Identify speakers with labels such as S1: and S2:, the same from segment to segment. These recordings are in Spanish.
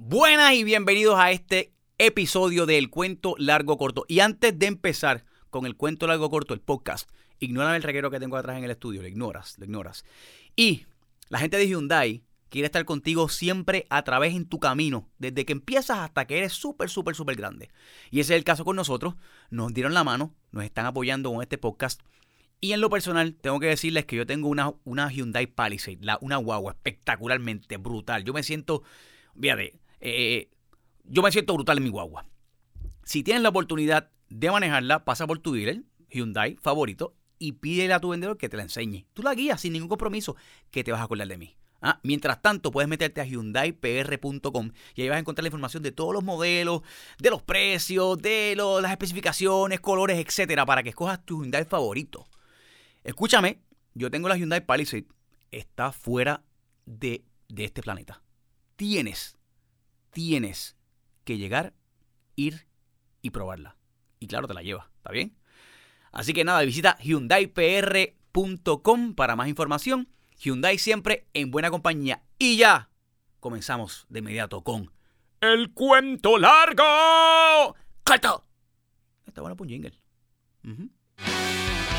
S1: Buenas y bienvenidos a este episodio del cuento largo corto. Y antes de empezar con el cuento largo corto, el podcast, ignora el reguero que tengo atrás en el estudio, lo ignoras, lo ignoras. Y la gente de Hyundai quiere estar contigo siempre a través en tu camino, desde que empiezas hasta que eres súper, súper, súper grande. Y ese es el caso con nosotros. Nos dieron la mano, nos están apoyando con este podcast. Y en lo personal, tengo que decirles que yo tengo una, una Hyundai Palisade, la, una guagua espectacularmente brutal. Yo me siento, fíjate, eh, yo me siento brutal en mi guagua. Si tienes la oportunidad de manejarla, pasa por tu dealer, Hyundai favorito, y pídele a tu vendedor que te la enseñe. Tú la guías sin ningún compromiso, que te vas a acordar de mí. Ah, mientras tanto, puedes meterte a HyundaiPR.com y ahí vas a encontrar la información de todos los modelos, de los precios, de los- las especificaciones, colores, etcétera, para que escojas tu Hyundai favorito. Escúchame, yo tengo la Hyundai Palisade. Está fuera de, de este planeta. Tienes, tienes que llegar, ir y probarla. Y claro, te la lleva, ¿está bien? Así que nada, visita hyundaipr.com para más información. Hyundai siempre en buena compañía. Y ya, comenzamos de inmediato con El cuento largo. ¡Corto! Está bueno por un jingle. Ujú.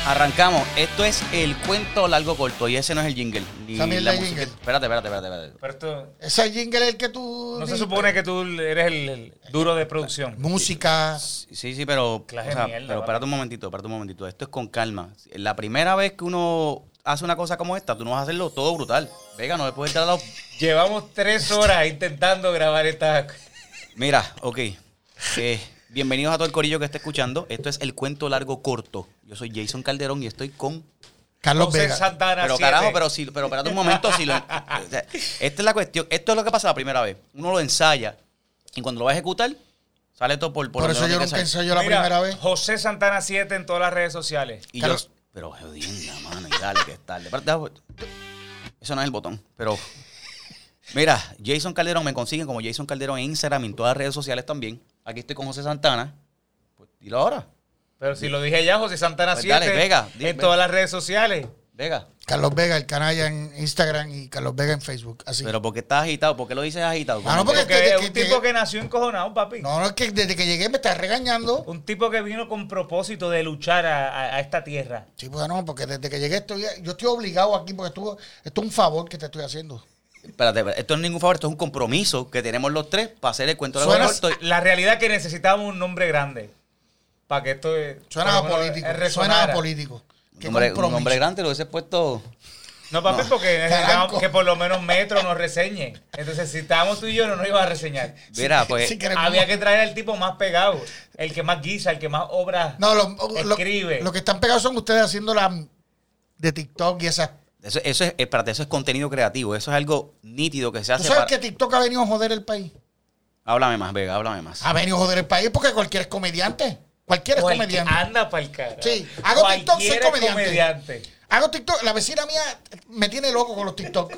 S1: Arrancamos. Esto es el cuento largo corto y ese no es el jingle. ni
S2: Esa mierda
S1: la
S2: es
S1: música.
S2: jingle.
S1: Espérate, espérate, espérate, espérate.
S3: Pero esto,
S2: Ese jingle es el que tú.
S3: no se
S2: dijiste.
S3: supone que tú eres el, el duro de producción.
S2: Música.
S1: Sí, sí, pero,
S3: Clase
S1: o sea,
S3: de mierda,
S1: pero
S3: vale.
S1: espérate un momentito, espérate un momentito. Esto es con calma. La primera vez que uno hace una cosa como esta, tú no vas a hacerlo todo brutal. Venga, no le puedes dar a la...
S3: Llevamos tres horas intentando grabar esta.
S1: Mira, ok. Eh, bienvenidos a todo el corillo que está escuchando. Esto es El Cuento Largo Corto. Yo soy Jason Calderón y estoy con...
S2: Carlos
S3: José
S2: Vega.
S3: Santana
S1: Pero
S3: siete.
S1: carajo, pero, si, pero espérate un momento. Si lo- o sea, esta es la cuestión. Esto es lo que pasa la primera vez. Uno lo ensaya y cuando lo va a ejecutar, sale todo por...
S2: Por,
S1: donde
S2: eso
S1: no
S2: yo
S1: tiene que
S2: nunca
S1: salir.
S2: ensayo la
S3: Mira,
S2: primera vez.
S3: José Santana 7 en todas las redes sociales.
S1: Y
S2: Claro.
S1: yo, pero jodienda, mano, y dale, que es tarde. Pero, deja- eso no es el botón, pero... Mira, Jason Calderón, me consiguen como Jason Calderón en Instagram, y en todas las redes sociales también. Aquí estoy con José Santana. Pues dilo ahora,
S3: Pero si lo dije ya, José Santana
S1: Pues
S3: 7
S1: dale, Vega, di-
S3: en todas las redes sociales.
S1: Vega.
S2: Carlos Vega, el canalla en Instagram y Carlos Vega en Facebook. Así.
S1: Pero porque estás agitado, ¿por qué lo dices agitado?
S2: Ah, no,
S1: Como
S2: porque-
S1: que-
S3: Porque
S2: es que-
S3: es
S2: que-
S3: un
S2: que-
S3: tipo que nació encojonado, papi.
S2: no, no, es que desde que llegué me estás regañando.
S3: Un tipo que vino con propósito de luchar a, a- a esta tierra.
S2: Sí, pues no, porque desde que llegué estoy, yo estoy obligado aquí porque tú, esto es un favor que te estoy haciendo.
S1: Espérate, espérate, esto no es ningún favor, esto es un compromiso que tenemos los tres para hacer el cuento de
S2: Suena-
S1: Gordo Corto.
S3: La realidad es que necesitábamos un nombre grande. Para que esto. eh,
S2: Suena
S3: por
S2: a
S3: lo menos,
S2: político.
S3: eh,
S2: Suena
S3: resonara.
S2: a político.
S1: Un
S2: Qué
S1: hombre, un
S2: compromiso.
S1: hombre grande lo hubiese puesto...
S3: No, papi, porque
S2: Caranco.
S3: necesitábamos que por lo menos Metro nos reseñe. Entonces, si estábamos tú y yo, no nos iba a reseñar.
S1: Mira, pues...
S2: sí que- Queremos-
S3: Había que traer al tipo más pegado, el que más guisa, el que más obra.
S2: No, lo, lo-
S3: Escribe.
S2: lo que están pegados son ustedes haciendo la de TikTok y esas.
S1: Eso, eso es, espérate, eso es contenido creativo, eso es algo nítido que se
S2: ¿Tú
S1: hace
S2: sabes
S1: para...
S2: que TikTok ha venido a joder el país?
S1: Háblame más, Vega, háblame más.
S2: Ha venido a joder el país porque cualquier es comediante. Cualquier es
S3: Cualque-
S2: comediante.
S1: Ah,
S3: Anda para el cara.
S2: Sí, hago TikTok, soy comediante.
S3: comediante.
S2: Hago TikTok. La vecina mía me tiene loco con los TikTok.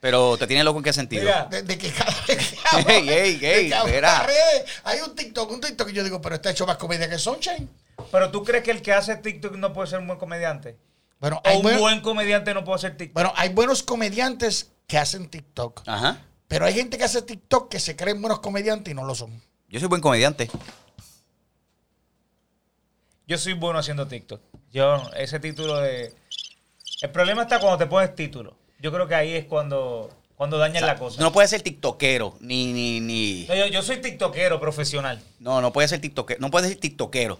S1: Pero te tiene loco en qué sentido.
S3: Mira,
S2: De, de que cada vez que hago,
S1: Ey, ey,
S2: de
S1: ey,
S2: que abro
S1: espera.
S2: las redes, hay un TikTok, un TikTok. Y yo digo, pero está hecho más comedia que Sunshine.
S3: pero tú crees que el que hace TikTok no puede ser un buen comediante.
S2: Bueno,
S3: O
S2: hay,
S3: un
S2: buen-
S3: buen comediante no puede ser TikTok.
S2: bueno, hay buenos comediantes que hacen TikTok.
S1: Ajá.
S2: Pero hay gente que hace TikTok que se creen buenos comediantes y no lo son.
S1: Yo soy buen comediante.
S3: Yo soy bueno haciendo TikTok. Yo, ese título de. El problema está cuando te pones título. Yo creo que ahí es cuando, cuando dañas la cosa.
S1: No puedes ser tiktokero, ni, ni, ni...
S3: No, yo, yo soy tiktokero profesional.
S1: No, no puedes ser tiktokero, no puedes ser tiktokero.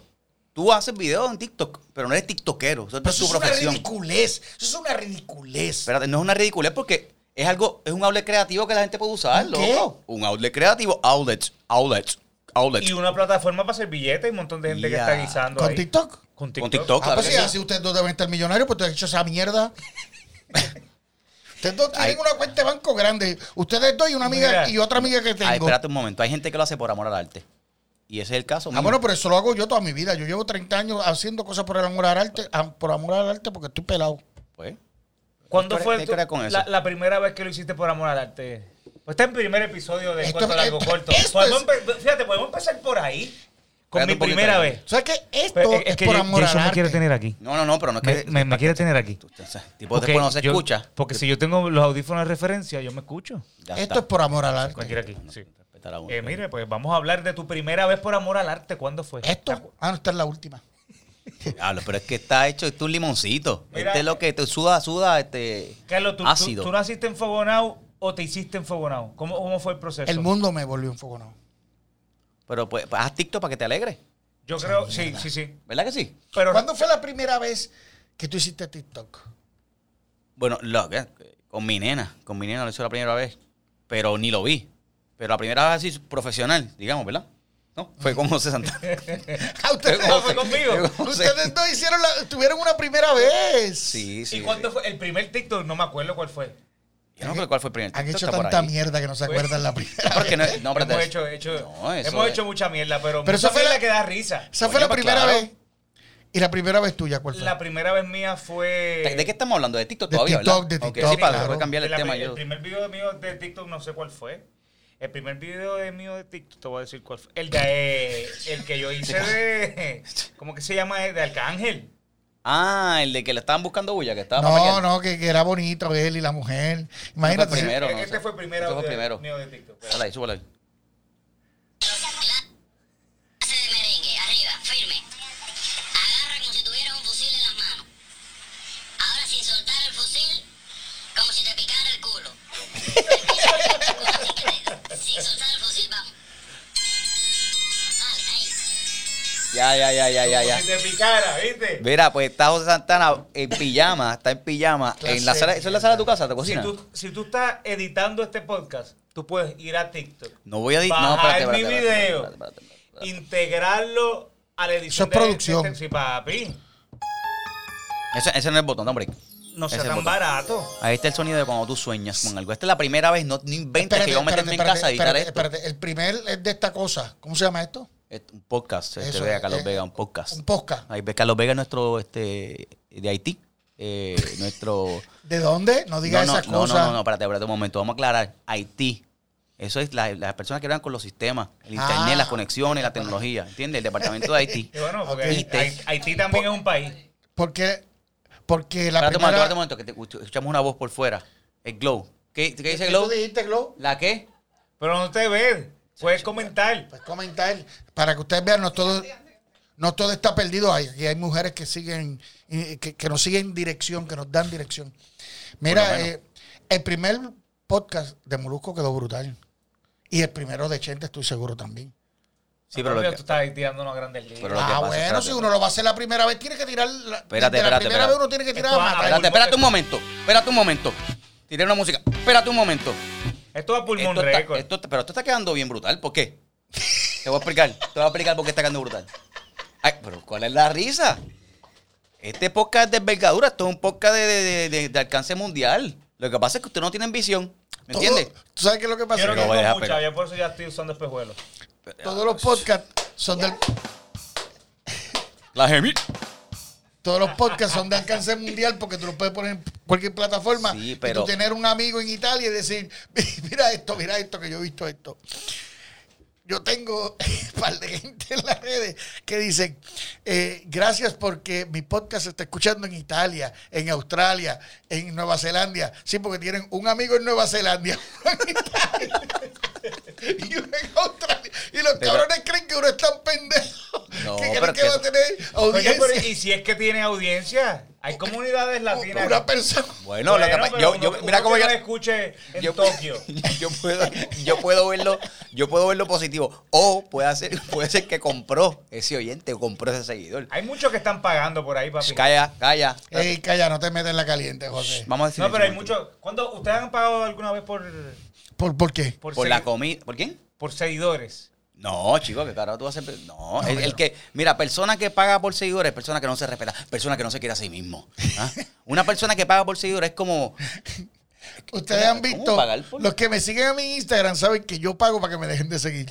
S1: Tú haces videos en TikTok, pero no eres tiktokero. Eso no
S2: Pero
S1: es tu
S2: eso es una
S1: profesión.
S2: ridiculez. Eso es una ridiculez.
S1: Espérate, no es una ridiculez porque es algo, es un outlet creativo que la gente puede usar,
S2: ¿Un qué?
S1: loco. Un outlet creativo, outlets, outlets, outlets.
S3: Y una plataforma para hacer billetes y un montón de gente
S1: Ya.
S3: que está guisando.
S2: ¿Con
S3: ahí.
S2: TikTok?
S3: Con
S1: Con
S3: TikTok.
S1: TikTok,
S2: ah,
S1: claro
S2: pues
S1: que
S2: sí,
S1: sí.
S2: así ustedes dos deben estar millonarios porque ustedes han pues hecho esa mierda. ustedes dos tienen
S1: Ay.
S2: una cuenta de banco grande. Ustedes dos y una amiga
S3: Mira.
S2: y otra amiga que tengo.
S1: Ay, espérate un momento. Hay gente que lo hace por amor al arte. Y ese es el caso.
S2: Ah,
S1: mío.
S2: bueno, pero eso lo hago yo toda mi vida. Yo llevo 30 años haciendo cosas por el amor al arte, ah, por amor al arte porque estoy pelado.
S1: Pues,
S3: ¿Cuándo
S1: ¿Qué
S3: fue
S1: historia-
S3: tu-
S1: qué historia con eso?
S3: La, la primera vez que lo hiciste por amor al arte? Pues está en primer episodio de
S2: Esto
S3: Cuento
S2: es-
S3: Largo
S2: esto-
S3: Corto.
S2: esto
S3: Podemos
S2: es-
S3: empe- fíjate, podemos empezar por ahí. Con
S1: Espérate
S3: mi
S1: un poquito
S3: primera
S1: ahí.
S3: vez.
S2: ¿Sabes qué? Esto
S3: Pero Pues, es-
S2: es,
S3: es que
S2: por
S3: yo-
S2: amor al
S3: Jason me
S2: arte.
S3: quiere tener aquí.
S1: No, no, no, pero no
S3: Me,
S1: es que.
S3: me- me quiere tener aquí.
S1: Tú- o sea, tipo,
S3: Porque
S1: después no se
S3: yo-
S1: escucha.
S3: Porque si yo tengo los audífonos de referencia, yo me escucho.
S1: Ya
S2: Esto
S1: está.
S2: es por amor al arte.
S3: Cualquiera aquí.
S1: No, no,
S3: Sí.
S1: respetar a uno.
S3: Eh, mire, pues vamos a hablar de tu primera vez por amor al arte. ¿Cuándo fue?
S2: Esto, ah, no, esta es la última.
S1: Diablo, Ah, pero es que está hecho, esto es un limoncito.
S3: pues. Mira. eh.
S1: este es lo que te suda, suda, este.
S3: Carlos, ¿tú, tú,
S1: ácido.
S3: tú naciste enfogonado o te hiciste enfogonado? ¿Cómo, ¿Cómo fue el proceso?
S2: El mundo me volvió un foco, no.
S1: Pero pues, pues, haz TikTok para que te alegres.
S3: Yo creo, sí, sí, sí.
S1: ¿Verdad que sí?
S3: Pero
S2: ¿Cuándo fue la primera vez que tú hiciste TikTok?
S1: Bueno, lo que- con mi nena, con mi nena lo hice la primera vez, pero ni lo vi. Pero la primera vez así profesional, digamos, ¿verdad? No, fue con José Santana.
S2: Ah, ustedes,
S3: ¿Cómo fue conmigo?
S1: Yo con José.
S2: ustedes dos hicieron la- tuvieron una primera vez.
S1: Sí, sí.
S3: ¿Y cuándo fue? El primer TikTok, no me acuerdo cuál fue.
S1: Yo no recuerdo cuál fue el primer.
S2: Han
S1: TikTok,
S2: hecho
S1: está por
S2: tanta
S1: ahí.
S2: mierda que no se
S3: Pues-
S2: acuerdan la primera
S1: Porque no, no, espérate.
S3: hemos hecho, hecho-
S1: No, eso
S3: hemos
S1: es-
S3: hecho mucha mierda, pero,
S2: Pero
S3: mucha
S2: eso fue
S3: mierda
S2: la-
S3: que da risa.
S2: Esa fue
S1: Coño,
S2: la
S1: pues,
S2: primera
S1: claro.
S2: vez. ¿Y la primera vez tuya cuál fue?
S3: La primera vez mía fue...
S1: ¿De qué estamos hablando? De TikTok
S2: De
S1: todavía,
S2: TikTok,
S1: ¿verdad?
S2: de
S1: Ok,
S2: TikTok,
S1: sí, para
S2: claro.
S1: poder cambiar el
S3: La
S1: tema.
S3: pri-
S1: yo-
S3: El primer video mío de TikTok no sé cuál fue. El primer video de mío de TikTok, te voy a decir cuál fue. El, de, el que yo hice de... ¿Cómo que se llama? De Arcángel.
S1: Ah, el de que le estaban buscando bulla, que estaba
S2: no,
S1: papaqueando.
S2: no, que, que era bonito él y la mujer.
S1: No, fue
S2: Imagínate.
S1: primero. no
S3: este
S1: sé.
S3: fue el primero,
S1: Este fue
S3: de-
S1: primero.
S3: mío de TikTok.
S1: Súbala ahí, súbala ahí.
S4: Clase de merengue, arriba, firme. Agarra como si tuviera un fusil en las manos. Ahora sin soltar el fusil, como si te picara el culo. sin soltar el fusil, vamos. Dale, ahí.
S1: Ya, ya, ya, ya, ya, ya.
S3: Si te picara, ¿viste?
S1: Mira, pues está José Santana en pijama, está en pijama. En la
S2: Clase
S1: sala,
S2: de
S1: ¿Eso es la sala de tu casa, tu cocina?
S3: Si tú, si tú estás editando este podcast, tú puedes ir a TikTok,
S1: No voy a editar. No,
S3: bajar
S1: espérate, espérate,
S3: mi
S1: espérate,
S3: video,
S1: espérate, espérate, espérate, espérate.
S3: integrarlo a la edición.
S2: Eso es
S3: de-
S2: producción.
S3: de- Sí, papi.
S1: Ese, ese no es el botón, no, hombre.
S3: No sea
S1: Ese
S3: tan
S1: botón.
S3: barato.
S1: Ahí está el sonido de cuando tú sueñas con algo. Esta es la primera vez, no, no inventes
S2: Espérate,
S1: que yo voy a meterme
S2: espérate,
S1: en casa a editar
S2: espérate,
S1: esto.
S2: espérate. El primer es de esta cosa. ¿Cómo se llama esto?
S1: Este, Un podcast, este,
S2: Eso,
S1: vea, Carlos
S2: eh,
S1: Vega, un podcast.
S2: Un podcast.
S1: Ahí ve Carlos Vega, nuestro, este, de Haití. eh, nuestro...
S2: ¿De dónde? No digas
S1: no, no,
S2: esas
S1: no,
S2: cosas.
S1: No, no, no, espérate, espérate un momento. Vamos a aclarar. Haití. Eso es la- las personas que hablan con los sistemas, el
S2: Ah.
S1: internet, las conexiones, la tecnología. ¿Entiendes? El departamento de Haití.
S3: Y bueno, porque
S2: Ok.
S3: Haití- Haití, también es un país.
S2: Porque, porque la
S1: Espérate un momento,
S2: primera...
S1: espérate un momento, que te escuch- escuchamos una voz por fuera. El glow. ¿Qué, qué dice
S2: ¿Qué
S1: glow?
S2: tú dijiste, Glow?
S1: ¿La qué?
S3: Pero no te ves. Puedes comentar.
S2: Pues comentar, para que ustedes vean, no todo, no todo está perdido. Hay, aquí hay mujeres que siguen, y que, que nos siguen dirección, que nos dan dirección.
S1: Por
S2: Mira,
S1: lo menos.
S2: eh, el primer podcast de Molusco quedó brutal. Y el primero de Chente, estoy seguro también.
S1: Sí, pero lo
S3: Papi,
S1: que-
S3: tú estás ahí tirando unos grandes ligas.
S1: Pero lo que
S2: ah,
S1: pasa,
S2: bueno,
S1: espérate,
S2: si uno lo va a hacer la primera vez, tiene que tirar. La,
S1: Espérate,
S2: desde la
S1: espérate,
S2: primera
S1: espérate.
S2: vez uno tiene que tirar
S3: Esto
S2: a
S3: va-
S2: matar.
S1: Espérate, espérate un momento. Espérate un momento. Tírate un música. Espérate un momento.
S3: Esto va a pulmón
S1: Esto está-
S3: récord.
S1: esto está- pero esto está quedando bien brutal. ¿Por qué? Te voy a explicar. Te voy a explicar por qué está quedando brutal. Ay, pero ¿cuál es la risa? Este podcast de envergadura, esto es un podcast de, de- de- de alcance mundial. Lo que pasa es que ustedes no tienen visión. ¿Me
S2: Todo-
S1: entiendes?
S2: ¿Tú sabes qué es lo que
S3: Yo
S2: pasa?
S3: no tengo
S1: voy a dejar
S3: mucha,
S1: pegar.
S3: yo por eso ya estoy usando espejuelos.
S2: Todos los podcasts son del.
S1: La gemi.
S2: Todos los podcasts son de alcance mundial porque tú los puedes poner en cualquier plataforma
S1: Sí,
S2: y
S1: pero-
S2: tú tener un amigo en Italia y decir, mira esto, mira esto, que yo he visto esto. Yo tengo un par de gente en las redes que dicen, eh, gracias porque mi podcast se está escuchando en Italia, en Australia, en Nueva Zelanda. Sí, porque tienen un amigo en Nueva Zelanda, uno en Italia y uno en Australia. Y los
S1: Pero-
S2: cabrones creen que uno es tan pendejo
S1: No,
S2: que
S1: pero
S2: creen que
S1: que
S2: va a
S1: eso-
S2: tener
S3: Oye,
S2: audiencia.
S3: pero y si es que tiene audiencia, hay comunidades latinas.
S2: Una persona.
S1: Bueno, lo que
S3: Bueno,
S1: pasa.
S3: pero
S1: Yo, yo-
S3: uno-
S1: mira
S3: uno
S1: cómo
S3: que
S1: yo.
S3: nos escuche en
S1: yo-
S3: Tokio.
S1: yo puedo, yo puedo verlo, yo puedo verlo positivo. O puede ser, puede ser que compró ese oyente o compró ese seguidor.
S3: Hay muchos que están pagando por ahí, papi.
S1: Calla, calla.
S2: Ey, calla, no te metas en la caliente, José.
S1: Vamos a decir.
S3: No, pero hay muchos. ¿Cuándo ustedes han pagado alguna vez por
S2: ¿Por, por qué?
S3: por,
S1: Por
S3: segui-
S1: la comida. ¿Por quién?
S3: por seguidores?
S1: No, chico, que carajo tú vas a hacer. No, el, el que. Mira, persona que paga por seguidores, persona que no se respeta, persona que no se quiere a sí mismo. ¿ah? Una persona que paga por seguidores es como.
S2: Ustedes han
S1: ¿Cómo
S2: visto.
S1: pagar por-
S2: Los que me siguen a mi Instagram saben que yo pago para que me dejen de seguir.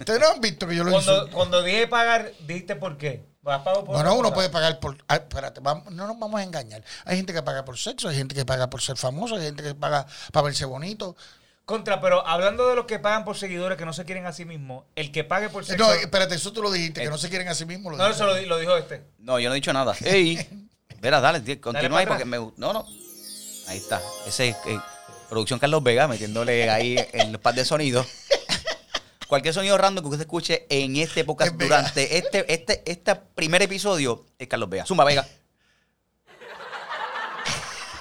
S2: Ustedes no han visto que yo lo
S3: Cuando,
S2: insulto.
S3: cuando dije pagar, dijiste por qué. ¿Vas a pagar por
S2: Bueno,
S3: otra
S2: uno
S3: cosa?
S2: puede pagar por. ah, espérate, vamos- no nos vamos a engañar. Hay gente que paga por sexo, hay gente que paga por ser famoso, hay gente que paga para verse bonito.
S3: Contra, pero hablando de los que pagan por seguidores que no se quieren a sí mismos, el que pague por sexo.
S2: Eh, No, espérate, eso tú lo dijiste, que no se quieren a sí mismos. lo
S3: No,
S2: dijiste.
S3: eso lo, di- lo dijo este.
S1: No, yo no he dicho nada. Ey, verás, dale, di- continúa
S3: para
S1: ahí porque
S3: atrás.
S1: me gu- No, no. Ahí está. Ese es eh, producción Carlos Vega metiéndole ahí el par de sonidos. Cualquier sonido random que usted escuche en este podcast
S2: Es Vega.
S1: durante este, este, este primer episodio es Carlos Vega. Zumba Vega.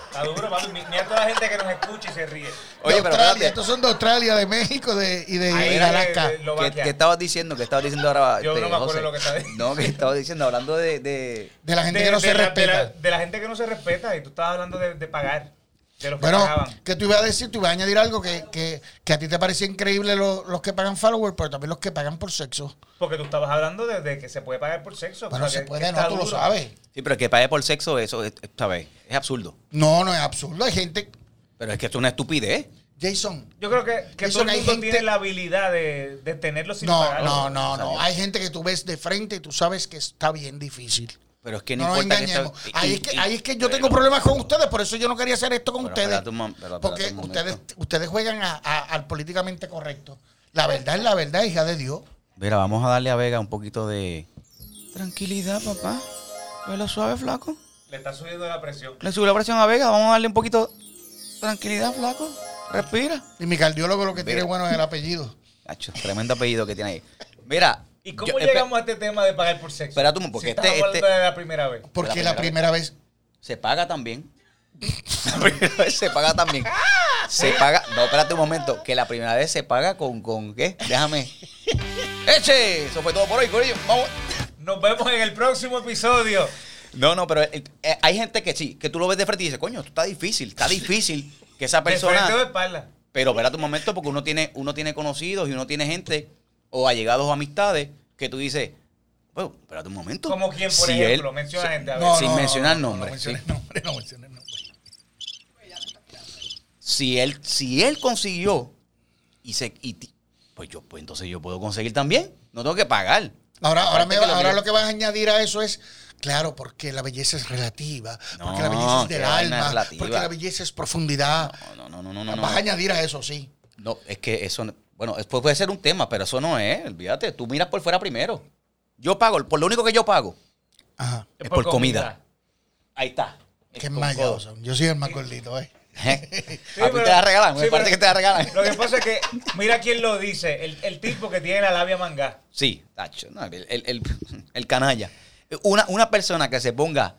S3: Está duro, papi. Mi- Mira toda la gente que nos escucha y se ríe.
S2: De
S1: Oye, pero
S2: Australia,
S1: espérate.
S2: estos son de Australia, de México de, y de,
S3: Ahí,
S2: y de
S3: eh,
S2: Alaska.
S3: lo
S1: ¿Qué,
S3: baquea.
S1: qué estabas diciendo? ¿Qué estabas diciendo ahora? este,
S3: Yo no me acuerdo
S1: José?
S3: lo que estaba diciendo.
S1: No, que estabas diciendo, hablando de. de-
S2: de la gente
S3: De-
S2: que no
S3: de
S2: se
S3: la- de
S2: respeta.
S3: la- de la gente que no se respeta. Y tú estabas hablando de, de pagar. De los que
S2: Bueno,
S3: pagaban.
S2: que tú ibas a decir, tú ibas a añadir algo que, que, que a ti te parecía increíble lo- los que pagan followers, pero también los que pagan por sexo.
S3: Porque tú estabas hablando de, de que se puede pagar por sexo.
S2: Bueno,
S3: o sea,
S2: se
S3: que-
S2: puede,
S3: que
S2: no,
S3: está
S2: tú lo
S3: duro.
S2: sabes.
S1: Sí, pero que pague por sexo, eso, es- es- ¿sabes? Es absurdo.
S2: No, no es absurdo. Hay gente,
S1: Pero es que esto es una estupidez.
S2: Jason.
S3: Yo creo que, que
S2: Eso
S3: todo el
S2: que hay
S3: mundo
S2: gente-
S3: tiene la habilidad de, de tenerlo sin
S2: No,
S3: pagar.
S2: no, no, no.
S1: Salió.
S2: Hay gente que tú ves de frente y tú sabes que está bien difícil.
S1: Pero es que no,
S2: No nos
S1: importa. que
S2: engañemos.
S1: esto- y-
S2: Ahí es que,
S1: y-
S2: ahí es que yo
S1: pero-
S2: tengo problemas con ustedes, por eso yo no quería hacer esto con
S1: Pero
S2: ustedes.
S1: espérate un mom- pero espérate
S2: Porque
S1: un momento.
S2: ustedes, ustedes juegan a- a- al políticamente correcto. La verdad es la verdad, hija de Dios.
S1: Mira, vamos a darle a Vega un poquito de. Tranquilidad, papá. Velo suave, flaco.
S3: Le está subiendo la presión.
S1: Le sube la presión a Vega. Vamos a darle un poquito. Tranquilidad, flaco. Respira.
S2: Y mi cardiólogo lo que tiene
S1: Mira.
S2: bueno es el apellido.
S1: Gacho, tremendo apellido que tiene ahí. Mira.
S3: ¿Y cómo
S1: yo- espe-
S3: llegamos a este tema de pagar por sexo?
S1: Espérate un momento, porque
S3: Si
S1: este-
S3: estamos hablando
S1: este-
S3: de la primera vez.
S2: Porque
S1: La
S2: la primera vez.
S1: Se paga también. La primera vez se paga también. Se paga. No, espérate un momento. Que la primera vez se paga con. con ¿Qué? Déjame. ¡Eche! Eso fue todo por hoy, Corillo. Vamos.
S3: Nos vemos en el próximo episodio.
S1: No, no, pero eh, eh, hay gente que sí, que tú lo ves de frente y dices, coño, esto está difícil, está difícil que esa
S3: De frente o de
S1: persona.
S3: espalda.
S1: Pero espérate un momento, porque uno tiene, uno tiene conocidos y uno tiene gente o allegados o amistades que tú dices, bueno, espérate un momento.
S3: Como quien, por
S1: Si él-
S3: ejemplo, menciona gente a ver.
S1: sin mencionar
S2: No
S1: nombres,
S2: menciones
S1: sí.
S2: nombres, no menciones nombres.
S1: si él, si él consiguió y se y ti- pues yo pues entonces yo puedo conseguir también. No tengo que pagar.
S2: Ahora, ahora,
S1: Aparte
S2: me va-
S1: que lo
S2: ahora
S1: mira.
S2: lo que vas a añadir a eso es, claro, porque la belleza es relativa, porque
S1: No,
S2: la belleza es
S1: que
S2: del
S1: vaina
S2: alma,
S1: relativa.
S2: porque la belleza es profundidad.
S1: No, no, no, no, no. no.
S2: vas a añadir a eso, sí.
S1: No, es que eso no- bueno, después puede ser un tema, pero eso no es, olvídate, tú miras por fuera primero. Yo pago, por lo único que yo pago
S2: Ajá.
S1: es por, comida. Ah, Ahí está.
S2: Qué
S1: Con
S2: mayados
S1: codo.
S2: son. Yo soy el más gordito, ¿eh?
S1: ¿Eh?
S3: Sí,
S1: a ti
S3: pero-
S1: te la regalan, me
S3: sí,
S1: parece
S3: pero-
S1: que te la regalan.
S3: Lo que pasa es que, mira quién lo dice, el, el tipo que tiene la labia mangá.
S1: Sí, tacho, no, el, el- el- el canalla. Una, una persona que se ponga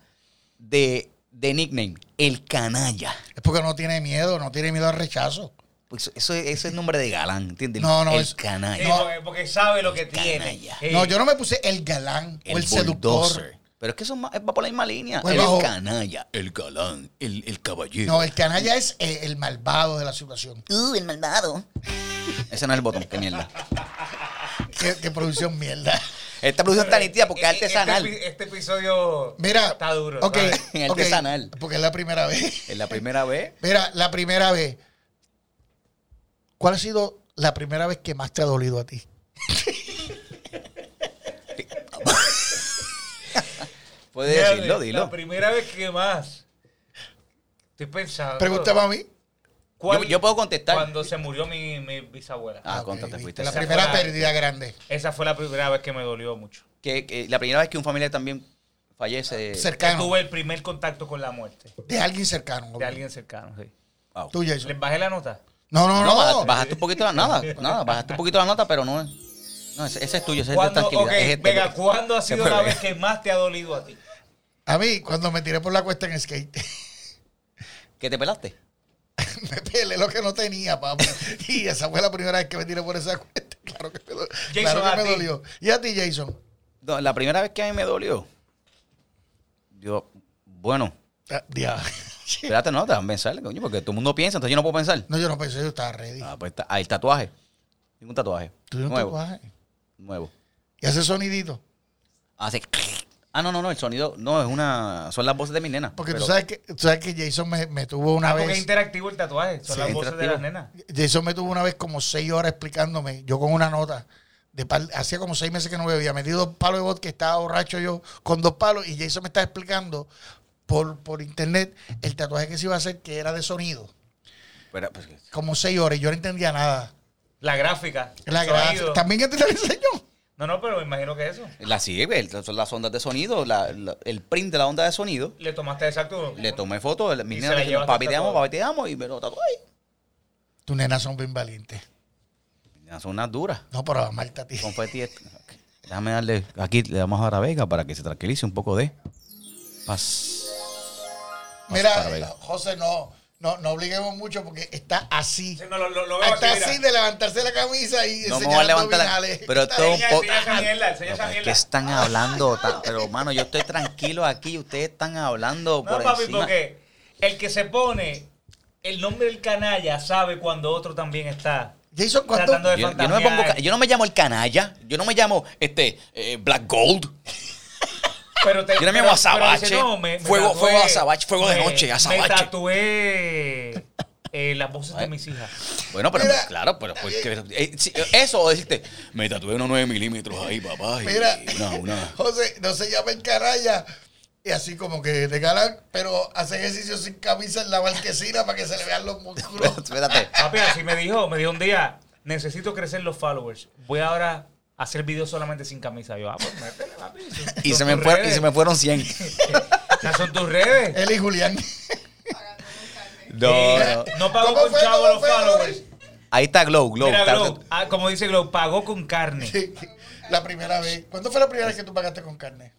S1: de, de nickname, el canalla.
S2: Es porque no tiene miedo, no tiene miedo al rechazo.
S1: Pues eso, es- eso es nombre de galán, ¿entiendes?
S2: No, no,
S1: El
S2: es-
S3: Sí,
S1: canalla.
S2: No.
S3: porque, porque sabe lo que tiene. Eh,
S1: Canalla.
S3: Sí.
S2: No, yo no me puse el galán o el seductor.
S1: bulldozer. Pero es que eso es más- va por la misma línea.
S2: Pues
S1: el
S2: bajo-
S1: canalla, el galán, el, el caballero.
S2: No, el canalla es eh, el malvado de la situación.
S1: Uh, el malvado. Ese no es el botón, qué mierda.
S2: Qué, qué producción mierda.
S1: Esta producción tan nítida porque es
S3: Este-
S1: artesanal.
S3: Este, epi- este episodio
S2: Mira,
S3: está duro.
S2: ok,
S3: ¿sabes?
S1: En
S2: ok,
S1: artesanal.
S2: Porque es la primera vez.
S1: Es la primera vez.
S2: Mira, la primera vez. ¿Cuál ha sido la primera vez que más te ha dolido a ti?
S1: Puedes
S3: Mira,
S1: decirlo,
S3: La
S1: dilo.
S3: primera vez que más. Estoy pensando.
S2: Pregúntame a mí.
S1: Yo, yo puedo contestar.
S3: Cuando se murió mi, mi bisabuela.
S1: Ah,
S2: Ok,
S1: conta, te
S2: viste,
S1: fuiste.
S2: La
S1: Esa
S2: primera
S3: fue la-
S2: pérdida grande.
S3: Esa fue la primera vez que me dolió mucho.
S1: Que, que la primera vez que un familiar también fallece.
S2: Cercano.
S3: Tuve el primer contacto con la muerte
S2: De alguien cercano.
S3: de alguien cercano. Sí.
S1: Wow.
S2: Tú,
S3: ¿Les
S2: Jason.
S3: bajé la nota?
S2: No, no,
S1: No,
S2: no.
S1: bajaste, bajaste un poquito la nada, nada, bajaste un poquito la nota, pero no es. No, ese, ese es tuyo, ese es de
S3: ¿Cuándo,
S1: tranquilidad.
S3: ok,
S1: es este,
S3: Vega, ¿cuándo ha
S1: Se
S3: sido
S1: fue
S3: la
S1: Vega.
S3: vez que más te ha dolido a ti?
S2: A mí, cuando me tiré por la cuesta en skate,
S1: ¿Que te pelaste?
S2: me pelé lo que no tenía, papá. Y esa fue la primera vez que me tiré por esa cuesta. Claro que me, do-
S3: Jason,
S2: claro que
S3: a
S2: me
S3: ti.
S2: dolió. ¿Y a ti, Jason?
S1: No, la primera vez que a mí me dolió. Yo, bueno,
S2: Ah, dia-
S1: espérate, no, déjame pensar, coño, porque todo el mundo piensa, entonces yo no puedo pensar.
S2: No, yo no pensé, yo estaba ready.
S1: Ah, pues ta- ah, el tatuaje. Tengo un tatuaje.
S2: Tú tienes un
S1: nuevo,
S2: tatuaje.
S1: Nuevo.
S2: Y hace sonidito.
S1: Hace. Ah, no, no, no, el sonido. No, es una. Son las voces de mi nena.
S2: Porque
S1: pero-
S2: tú, sabes que, tú sabes que Jason me, me tuvo una
S3: Ah, porque es
S2: vez.
S3: interactivo el tatuaje. Son
S1: Sí,
S3: las voces de
S1: interactivo.
S3: las nenas.
S2: Jason me tuvo una vez como seis horas explicándome, yo con una nota. De par- hacía como seis meses que no bebía. Metí dos palos de vodka, estaba borracho yo con dos palos. Y Jason me estaba explicando por, por internet el tatuaje que se iba a hacer, que era de sonido.
S1: Pero, pues,
S2: como seis horas y yo no entendía nada.
S3: La gráfica.
S2: La
S3: el
S2: gracia-
S3: sonido.
S2: También que te la enseñó.
S3: No, no, pero me imagino que eso.
S1: la sirve, el- son las ondas de sonido, la- la- el print de la onda de sonido.
S3: Le tomaste exacto.
S1: Le tomé foto, el- mi
S3: Y
S1: nena
S3: se la
S1: me dijo,
S3: llevaste
S1: papi te
S3: hasta
S1: amo,
S3: todo".
S1: papi te amo, y me lo tatué ahí.
S2: Tus nenas son bien valientes.
S1: Ya Son unas duras.
S2: No, pero amarte a ti.
S1: Confeti. es- Déjame darle, aquí le damos a la vega para que se tranquilice un poco de paz. para
S2: Mira,
S1: Vega.
S2: José, no, no, no obliguemos mucho porque está así.
S3: Sí, no, lo, lo- lo veo
S2: Está
S3: aquí, mira.
S2: así de levantarse la camisa y
S1: No
S2: enseñar
S1: me voy a levantar la-
S2: abdominales.
S1: pero
S2: Está
S1: todo-
S2: bien.
S3: Enseña,
S1: po-
S3: enseña esa mierda, enseña esa
S1: Papá, ¿Qué
S3: mierda.
S1: están hablando? Ta- Pero, mano, yo estoy tranquilo aquí. Ustedes están hablando
S3: No,
S1: por
S3: papi,
S1: encima.
S3: porque el que se pone el nombre del canalla sabe cuando otro también está
S2: Jason, ¿cuánto?
S3: tratando de
S1: Yo, yo no me
S3: fantasmear.
S1: pongo ca- yo no me llamo el canalla. Yo no me llamo este eh, Black Gold.
S3: Pero te-
S1: yo no me
S3: pero-
S1: llamo
S3: pero
S1: azabache.
S3: dice, no, me- me
S1: Fuego-
S3: tatué-
S1: fuego azabache, fuego de
S3: me-
S1: noche, azabache.
S3: Me tatué eh, las voces de mis hijas.
S1: Bueno, pero
S2: Mira.
S1: claro, pero porque, eh, sí, eso o decirte, me tatué unos 9 milímetros ahí, papá. y
S2: Mira,
S1: una, una.
S2: José, no se llama el canalla. Y así como que de galán, pero hace ejercicio sin camisa en la marquesina para que se le vean los músculos.
S1: Espérate.
S3: Papi, así me dijo, me dijo un día, necesito crecer los followers. Voy ahora a hacer videos solamente sin camisa. Yo, ah, pues métele, papi. Son-
S1: Y
S3: son
S1: se, me
S3: tus
S1: fueron, y
S3: redes.
S1: se me fueron 100.
S3: O sea, son tus redes.
S2: Él y Julián.
S1: No,
S3: Mira,
S1: no.
S3: no pagó
S2: ¿Cómo
S3: con
S2: fue?
S3: chavo
S2: ¿Cómo
S3: los
S2: fue,
S3: followers.
S2: Lori?
S1: Ahí está Glow, Glow.
S3: Mira,
S1: está-
S3: Glow, ah, como dice Glow, pagó con carne.
S2: La primera vez. ¿Cuándo fue la primera vez que tú pagaste con carne?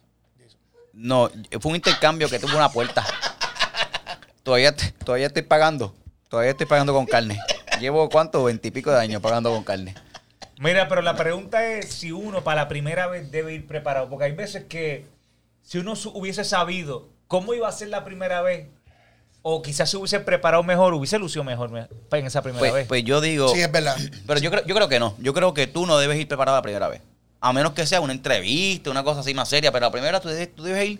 S1: No, fue un intercambio que tuvo una puerta. Todavía, te- todavía estoy pagando. Todavía estoy pagando con carne. Llevo cuánto, veintipico de años pagando con carne.
S3: Mira, pero la pregunta es si uno para la primera vez debe ir preparado, porque hay veces que si uno su- hubiese sabido cómo iba a ser la primera vez, o quizás se hubiese preparado mejor, hubiese lucido mejor me- en esa primera
S1: Pues,
S3: vez.
S1: pues yo digo.
S2: Sí, es verdad.
S1: Pero yo creo, yo creo que no. Yo creo que tú no debes ir preparado la primera vez. A menos que sea una entrevista, una cosa así más seria. Pero la primera tú debes, tú debes ir.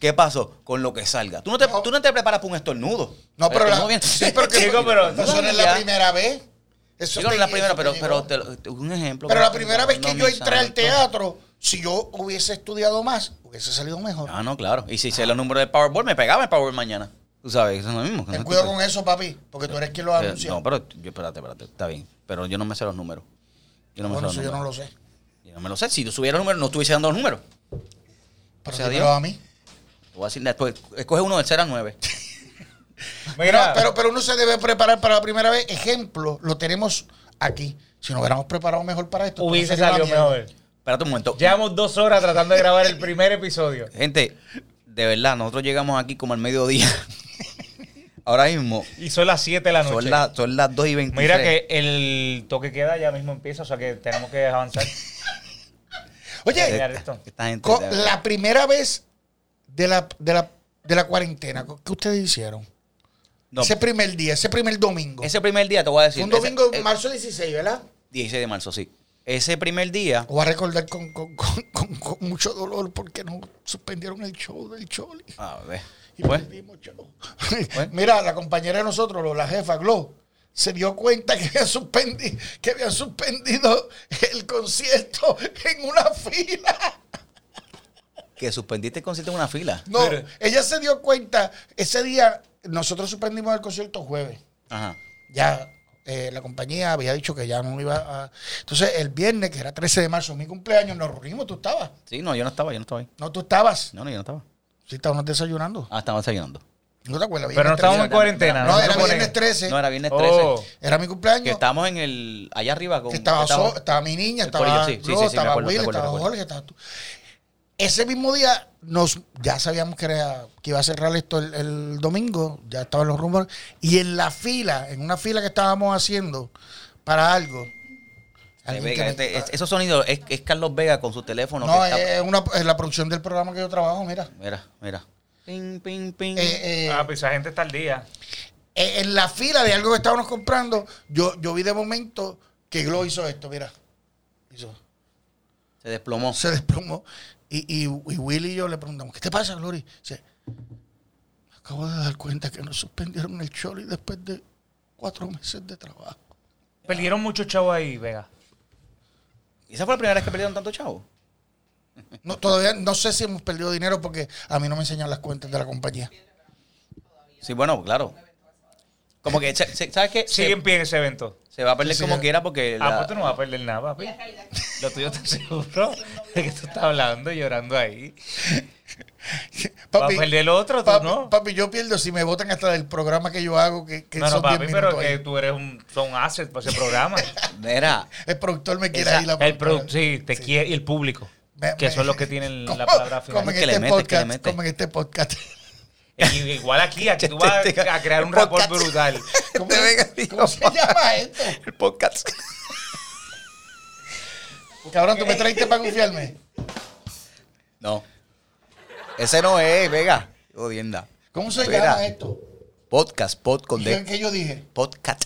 S1: ¿Qué pasó? Con lo que salga. Tú no te,
S2: No.
S1: tú no te preparas para un estornudo.
S2: No, pero
S1: Estornudo
S2: la,
S1: bien.
S2: sí, pero que-
S3: Chico, pero-
S2: eso no es la
S1: Ya.
S2: primera vez. Eso
S1: Yo creo que
S2: te-
S1: la primera,
S2: eso te
S1: pero,
S2: llegó.
S1: pero te lo- te- un ejemplo.
S2: Pero
S1: que
S2: la
S1: te-
S2: primera vez que
S1: no
S2: yo
S1: me
S2: entré al
S1: salto.
S2: teatro, si yo hubiese estudiado más, hubiese salido mejor.
S1: Ah, no, claro. Y si sé los números del Powerball, me pegaba el Powerball mañana. Tú sabes, eso es lo mismo.
S2: Ten cuidado con eso, papi, porque tú eres quien lo
S1: pues. Eh,
S2: anuncia.
S1: No, pero yo, espérate, espérate. Está bien. Pero yo no me sé los números. Yo no me
S2: bueno,
S1: sé
S2: eso
S1: los
S2: yo no lo
S1: números.
S2: sé.
S1: Yo no me lo sé. Si yo subiera los números, no estuviese dando los números.
S2: Pero
S1: O sea,
S2: dímelo
S1: Dios.
S2: a mí.
S1: Te voy a decir después. Escoge uno del 0 al 9.
S2: Pero,
S3: Mira,
S2: pero, pero uno se debe preparar para la primera vez. Ejemplo, lo tenemos aquí. Si nos hubiéramos preparado mejor para esto, esto no
S3: hubiese
S2: sería una
S3: salido
S2: mierda.
S3: mejor.
S1: Espérate un momento.
S3: Llevamos dos horas tratando de grabar el primer episodio.
S1: Gente, de verdad, nosotros llegamos aquí como al mediodía. Ahora mismo.
S3: Y son las 7 de la noche.
S1: Son, las- son las 2 y 23.
S3: Mira que el toque queda ya mismo empieza, o sea que tenemos que avanzar.
S2: Oye,
S3: Mira
S1: Esta,
S3: esto.
S1: Eh, esta gente.
S2: co- la primera vez de la, de la, de la cuarentena, co- ¿qué ustedes hicieron?
S1: No,
S2: Ese primer día, ese primer domingo.
S1: ese primer día te voy a decir.
S2: Fue un domingo,
S1: ese- eh,
S2: marzo 16, ¿verdad?
S1: 16 de marzo, sí. Ese primer día.
S2: Voy a recordar con, con- con- con- con mucho dolor porque no suspendieron el show del Choli.
S1: A ver.
S2: Y
S1: Pues,
S2: perdimos show.
S1: Pues.
S2: Mira, la compañera de nosotros, lo- la jefa Glow, se dio cuenta que habían suspendido, que habían suspendido el concierto en una fila.
S1: que suspendiste el concierto en una fila.
S2: No, ella se dio cuenta, ese día nosotros suspendimos el concierto jueves.
S1: Ajá.
S2: ya eh, la compañía había dicho que ya no iba a... Entonces, el viernes, que era 13 de marzo, mi cumpleaños, nos reunimos, tú estabas.
S1: Sí, no, yo no estaba, yo no estaba ahí.
S2: No, tú estabas.
S1: No, no, yo no estaba.
S2: Sí, estábamos desayunando.
S1: Ah, estaba desayunando.
S2: No te acuerdas.
S3: Pero no
S2: viernes 13.
S3: estamos en cuarentena.
S2: No, era
S3: Nosotros
S2: viernes
S3: ponemos-
S2: 13.
S1: No, era viernes 13.
S3: Oh.
S2: Era mi cumpleaños.
S1: Que estábamos en el. Allá arriba con.
S2: que estaba,
S1: que estábamos-
S2: Sol- estaba mi niña,
S1: El
S2: estaba
S1: corillo, sí, sí,
S2: Flo,
S1: sí, sí, me
S2: estaba
S1: acuerdo,
S2: Will,
S1: recuerdo,
S2: estaba
S1: recuerdo.
S2: Jorge, estaba tú. Ese mismo día nos, ya sabíamos que, era- que iba a cerrar esto el, el domingo, ya estaban los rumores, y en la fila, en una fila que estábamos haciendo para algo.
S1: Eh,
S2: alguien
S1: Vega,
S2: que me- ah,
S1: este- es- esos sonidos es, es Carlos Vega con su teléfono.
S2: no, eh,
S1: que está-
S2: es una, es la producción del programa que yo trabajo, mira.
S1: Mira, mira. Ping, ping, ping.
S2: Eh, eh,
S3: Ah, pues esa gente está al día.
S2: eh, en la fila de algo que estábamos comprando, yo, yo vi de momento que Glo hizo esto, mira. Hizo.
S1: Se desplomó.
S2: se desplomó. Y, y, y Willy y yo le preguntamos, ¿qué te pasa, Glory? Dice, me acabo de dar cuenta que nos suspendieron el Choli después de cuatro meses de trabajo.
S3: Perdieron muchos chavos ahí, Vega.
S1: ¿Y esa fue la primera vez que perdieron tanto chavo?
S2: No, todavía no sé si hemos perdido dinero porque a mí no me enseñan las cuentas de la compañía.
S1: Sí, bueno, claro. Como que, se- se- ¿sabes qué?
S3: Sigue
S1: Se,
S3: en pie en ese evento.
S1: se va a perder
S2: Sí,
S1: como
S2: sí.
S1: quiera porque...
S3: Ah,
S1: la-
S3: pues tú no vas a perder nada, papi. Lo tuyo está seguro de que tú estás hablando y llorando ahí. Va a perder el otro, tú
S2: papi,
S3: no.
S2: papi, yo pierdo si me votan hasta del programa que yo hago, que, que
S3: No, no,
S2: son 10
S3: papi, pero
S2: minutos
S3: que
S2: ahí.
S3: tú eres un, son asset para ese programa.
S1: Mira,
S2: El productor me quiere
S1: Esa-
S2: ahí la
S3: el
S2: productora.
S3: produ- sí, te quiere y el público,
S2: Me-
S3: que
S2: me-
S3: son los que tienen la
S2: como-
S3: palabra
S2: Como
S3: final.
S2: en,
S1: Es que le
S2: este
S1: mete, es que le
S2: podcast,
S1: mete.
S2: como en este podcast.
S3: Y Igual aquí, aquí tú vas a crear un rapport
S1: Podcast.
S3: brutal.
S2: ¿Cómo,
S1: Te venga,
S2: ¿cómo se
S1: Dios.
S2: llama esto?
S1: el podcast.
S2: Cabrón, tú me traiste para confiarme.
S1: No. Ese no es, Vega. Odienda.
S2: ¿Cómo se
S1: Mira,
S2: llama
S3: este?
S2: esto?
S1: Podcast, pod con
S2: ¿Qué
S1: D.
S2: que yo dije?
S1: Podcast.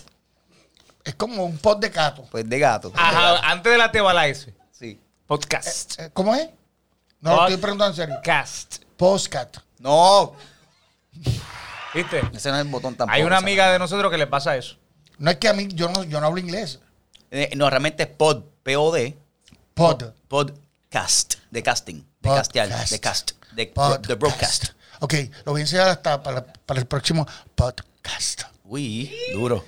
S2: Es como un pod de gato.
S1: Pues de gato.
S3: Ajá, antes de la tebala ese.
S1: Sí.
S3: Podcast.
S2: Eh, ¿Cómo es? No,
S3: Pod-
S2: estoy preguntando en serio.
S3: Cast.
S2: Postcat.
S1: No.
S3: ¿Viste?
S1: Ese no es el botón tampoco.
S3: Hay una
S1: esa.
S3: amiga de nosotros que le pasa eso.
S2: No es que a mí, yo no, yo no hablo inglés.
S1: Eh, No, realmente es pod. P-O-D.
S2: Pod.
S1: Podcast. De casting. De
S2: Podcast.
S1: castear. De cast. De,
S2: Podcast.
S1: de broadcast.
S2: Ok, lo voy a enseñar hasta para, para el próximo podcast.
S1: Uy, duro.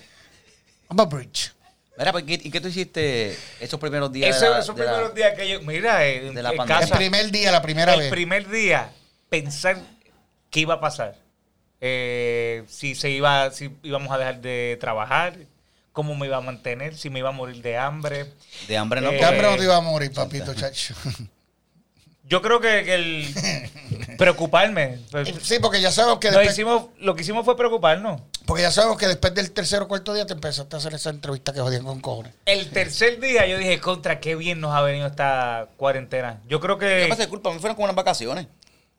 S2: I'm a bridge.
S1: Mira, pues, ¿qué- ¿y qué tú hiciste esos primeros días?
S3: Eso,
S1: de la-
S3: esos
S1: de la-
S3: primeros días que yo. Mira, eh, en,
S1: de la
S3: en
S1: pandemia.
S2: El
S3: casa.
S2: primer día, la primera
S3: El
S2: vez.
S3: primer día, pensar qué iba a pasar. Eh, si se iba, si íbamos a dejar de trabajar, cómo me iba a mantener, si me iba a morir de hambre.
S1: De hambre no.
S3: Eh,
S2: Ya, pero
S1: porque-
S2: no te iba a morir, papito, chacho.
S3: Yo creo que, que el preocuparme. pues,
S2: Eh, Sí, porque ya sabemos que
S3: nos
S2: después,
S3: hicimos, lo que hicimos fue preocuparnos.
S2: porque ya sabemos que después del tercer o cuarto día te empezaste a hacer esa entrevista que jodían con cojones.
S3: El tercer día yo dije, contra qué bien nos ha venido esta cuarentena. Yo creo
S1: Yo
S3: que
S1: pasé culpa, a mí fueron como unas vacaciones.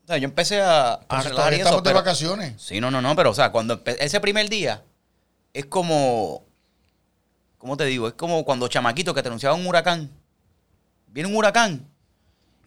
S1: O sea, yo empecé a, a relajar
S2: Entonces,
S1: Ah,
S2: todavía
S1: y eso,
S2: estamos de
S1: pero-
S2: vacaciones.
S1: Sí, no, no, no, pero o sea, cuando empe- ese primer día es como, ¿cómo te digo? Es como cuando chamaquito que te anunciaba un huracán. Viene un huracán.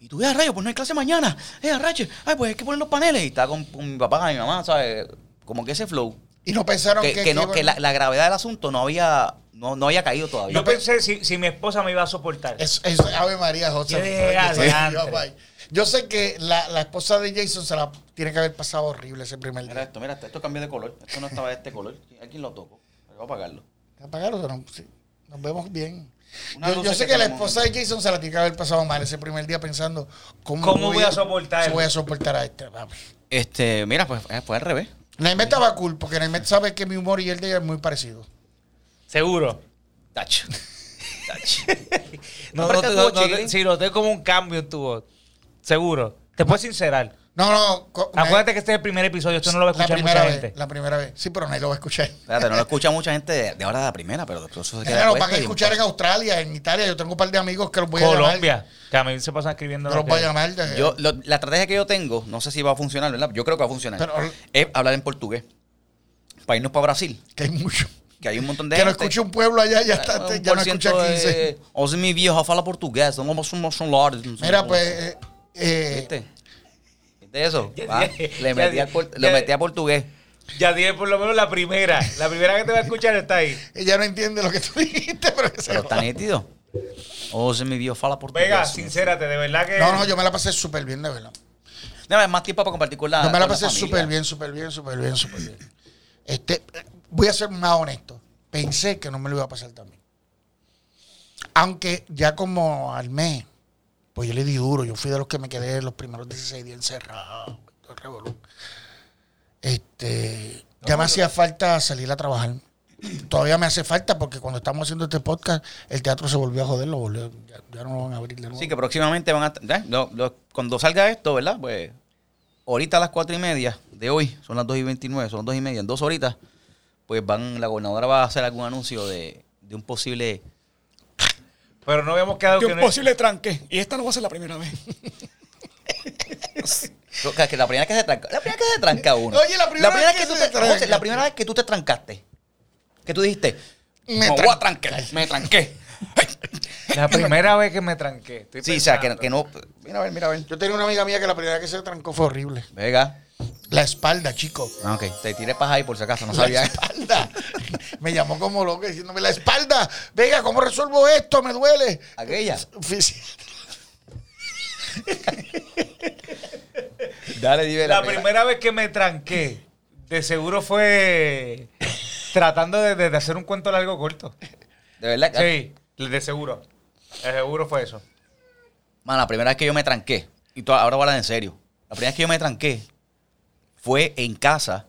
S1: Y tú, a rayo, pues no hay clase mañana. Eh, a rayo, ay, pues hay que poner los paneles. Y está con, con mi papá y mi mamá, ¿sabes? Como que ese flow.
S2: Y no pensaron
S1: Que,
S2: que,
S1: que no,
S2: iban-
S1: que la, la gravedad del asunto no había, no, no había caído todavía.
S3: yo pensé si, si mi esposa me iba a soportar.
S2: Eso eso es Ave María José.
S3: Yo dije, adelante.
S2: Yo, bye. Yo sé que la, la esposa de Jason se la tiene que haber pasado horrible ese primer
S1: Mira
S2: día.
S1: esto, mira esto, esto cambió de color. Esto no estaba de este color. Alguien lo tocó. Voy a apagarlo.
S2: Apagaron, no? Sí. nos vemos bien.
S1: Una
S2: Yo, yo
S1: luz
S2: sé
S1: que
S2: que la
S1: tenemos.
S2: esposa de Jason se la tiene que haber pasado mal ese primer día pensando cómo,
S3: ¿Cómo voy a soportar?
S2: cómo voy a soportar a este. papi?
S1: Este, mira, pues, eh, pues al revés.
S2: Naime estaba cool porque Naime sabe que mi humor y el de ella es muy parecido.
S3: Seguro.
S1: Tacho. Tacho.
S3: No,
S1: Hombre, que
S3: no, te-
S1: estuvo
S3: no, te-
S1: chilling.
S3: sí, noté como un cambio en tu voz. Seguro. Te puedes sincerar.
S2: No, no. co-
S3: Acuérdate que este es el primer episodio, esto no lo va a
S2: la
S3: escuchar
S2: primera
S3: mucha
S2: vez,
S3: gente.
S2: la primera vez. Sí, pero nadie lo va a escuchar.
S1: Espérate, no lo escucha mucha gente de, de ahora de la primera, pero después eso se queda
S2: Claro,
S1: puesto
S2: para que
S1: y- pues,
S2: escuchar en Australia, en Italia, yo tengo un par de amigos que los voy a llamar.
S3: Colombia. Que a mí se pasan escribiendo.
S2: Yo los
S3: lo
S2: voy a
S3: que-
S2: llamar. de-
S1: Yo, lo- la estrategia que yo tengo, no sé si va a funcionar, ¿verdad? Yo creo que va a funcionar.
S2: Pero-
S1: es hablar en portugués. Para irnos para Brasil,
S2: que hay mucho.
S1: que hay un montón de
S2: Que lo
S1: gente.
S2: escuche un pueblo allá, ya, está,
S1: Eh, un
S2: ya
S1: por
S2: no escucha
S1: ciento
S2: 15.
S1: de- O sea, mi vieja fala portugués, no somos somos solos.
S2: Mira, pues. eh, eh,
S1: ¿Viste? ¿Viste eso?
S3: Ya-
S1: Ah,
S3: ya-
S1: le,
S3: ya-
S1: metí al por- le
S3: ya-
S1: metí a portugués.
S3: Ya tiene por lo menos la primera. La primera que te va a escuchar está ahí.
S2: ella no entiende lo que tú dijiste, pero, que se
S1: Pero está
S2: joda.
S1: nítido. O sea, mi vieja fala portugués.
S3: Vega, sincérate, de verdad que.
S2: No, no, yo me la pasé súper bien, de verdad.
S1: No, es más tiempo para compartir Ah, con la.
S2: Yo me la
S1: con
S2: pasé
S1: familia.
S2: súper bien, súper bien, súper bien, súper bien. Este, eh, voy a ser más honesto. Pensé que no me lo iba a pasar también. Aunque ya como al mes, pues yo le di duro. Yo fui de los que me quedé los primeros 16 días encerrado. todo el revolú. Este, ya me hacía falta salir a trabajar. Todavía me hace falta porque cuando estamos haciendo este podcast, el teatro se volvió a joder, lo volvió- ya, ya no lo van a abrir de nuevo.
S1: Sí, que próximamente van a. ya, lo- lo- cuando salga esto, ¿verdad? Pues ahorita a las cuatro y media de hoy, son las 2 y 29, son las 2 y media, en dos horitas, pues van, la gobernadora va a hacer algún anuncio de, de un posible.
S3: Pero no habíamos quedado que no.
S5: tranque. Y esta no va a ser la primera vez.
S1: Creo Que que la primera vez que se tranca. La primera vez que se tranca uno.
S2: Oye, la primera vez que
S1: tú
S2: se
S1: te-
S2: tranca.
S1: José, la primera vez que tú te trancaste. Que tú dijiste.
S2: Me
S1: Me, voy
S2: tran-
S1: a trancar. Me tranqué.
S3: La primera vez que me tranqué. Estoy
S1: Sí, o sea, que,
S3: pensando.
S1: que no. Mira a ver, mira a ver.
S2: Yo tenía una amiga mía que la primera vez que se trancó fue horrible.
S1: Vega.
S2: La espalda, chico.
S1: Ah, Ok, te tiré paja ahí por si acaso, no sabía.
S2: La espalda. Me llamó como loco diciéndome la espalda. Venga, ¿cómo resuelvo esto? Me duele.
S1: Aquella.
S2: Fisi-
S1: Dale, dime
S3: La primera vez que me tranqué, de seguro fue tratando de, de- de hacer un cuento largo o corto.
S1: De verdad. que-
S3: Sí, de seguro. De seguro fue eso.
S1: Mano, la primera vez que yo me tranqué, y to- ahora voy a hablar en serio, la primera vez que yo me tranqué fue en casa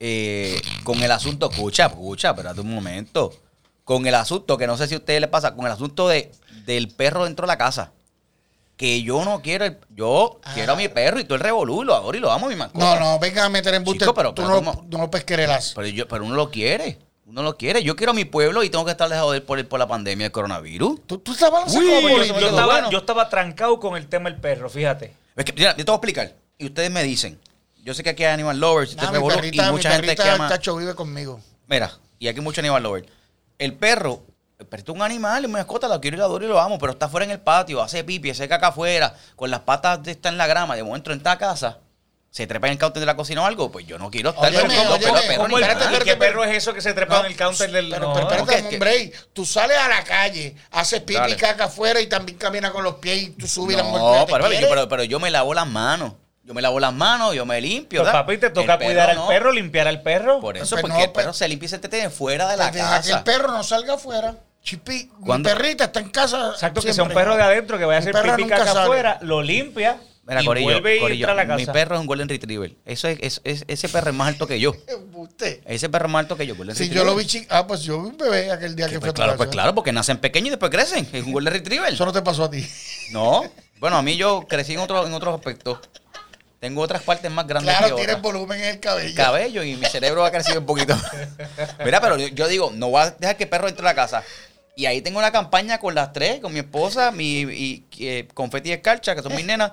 S1: eh, con el asunto, escucha, escucha, espérate un momento, con el asunto, que no sé si a ustedes les pasa, con el asunto de, del perro dentro de la casa. Que yo no quiero, el- yo quiero a mi perro y todo el revolú, lo adoro y lo amo, mi mascota.
S2: Ah. No, no, vengas a meter en buste.
S1: Chico, pero-
S2: tú
S1: pero
S2: no,
S1: ¿cómo?
S2: lo- no lo pesquererás.
S1: Pero, yo, pero uno lo quiere, uno lo quiere. Yo quiero a mi pueblo y tengo que estar alejado de él por, el- por la pandemia del coronavirus.
S2: Tú, tú estabas no sé
S1: Uy,
S2: cómo,
S1: yo
S2: pero se me
S3: Yo
S2: quedó.
S3: estaba,
S1: bueno.
S3: yo estaba trancado con el tema del perro, fíjate.
S1: Es que, mira, yo te voy a explicar. Y ustedes me dicen. Yo sé que aquí hay animal lovers, y
S2: Nah,
S1: ustedes
S2: Ah, mi
S1: me voló,
S2: perrita,
S1: y
S2: mi
S1: mucha gente que
S2: perrita,
S1: ama.
S2: chacho, vive conmigo.
S1: Mira, y aquí hay mucho animal lovers. El perro, el perrito es un animal, es una mascota, lo quiero y lo adoro y lo amo, pero está fuera en el patio, hace pipi, hace caca afuera, con las patas de, está en la grama, de momento entra a casa, se trepa en el counter de la cocina o algo, pues yo no quiero estar
S2: Óyeme,
S1: con dos
S2: óyeme,
S1: pelos de perro
S2: ¿cómo
S1: ni
S3: el-
S2: espérate,
S1: nada.
S3: ¿y
S2: espérate,
S3: qué
S2: espérate.
S3: perro es eso que se trepa en el counter del.?
S2: Pero,
S3: no,
S2: pero
S1: ¿por
S2: espérate,
S1: qué?
S2: dame un break. Tú sales a la calle, haces pipi
S1: Dale.
S2: y caca afuera y también caminas con los pies y tú subes y la mujer
S1: No,
S2: te
S1: pero,
S2: quiere.
S1: yo, pero, pero yo me lavo las manos. Yo me lavo las manos, yo me limpio.
S3: Pues,
S1: ¿verdad?
S3: papi, te
S1: El
S3: toca
S1: perro
S3: cuidar al
S1: no.
S3: perro, limpiar al perro.
S1: Por eso,
S2: Pues,
S1: porque
S2: no,
S1: el
S2: pues-
S1: perro se limpia y se entretiene fuera de la
S2: Pues deja que
S1: casa.
S2: el perro no salga afuera. Chipi, mi
S1: ¿Cuándo?
S2: perrita está en casa.
S3: Exacto, que sea un
S2: siempre.
S3: perro de adentro que vaya a
S2: Un
S3: hacer
S2: perro
S3: pipí
S2: nunca
S3: caca
S2: sale.
S3: afuera, lo limpia
S1: Mira,
S3: y
S1: Corillo,
S3: vuelve y
S1: Corillo,
S3: entra a la
S1: mi
S3: casa.
S1: perro es un golden retriever. Eso es, es- es- ese perro es más alto que yo.
S2: Embuste.
S1: Ese perro es más alto que yo, golden
S2: Si
S1: retriever.
S2: yo lo vi chi- Ah, pues yo vi un bebé aquel día que, fue
S1: Pues
S2: a tu
S1: claro,
S2: casa.
S1: pues claro, porque nacen pequeños y después crecen. Es un golden retriever.
S2: Eso no te pasó a ti.
S1: No. Bueno, a mí yo crecí en otro, en otros aspectos. Tengo otras partes más grandes
S2: Claro,
S1: que
S2: tienes
S1: otras.
S2: volumen en el cabello.
S1: El cabello y mi cerebro ha crecido un poquito. Mira, pero yo, yo digo, no voy a dejar que el perro entre a la casa. Y ahí tengo una campaña con las tres, con mi esposa, mi y, eh, confeti y escarcha, que son mis nenas,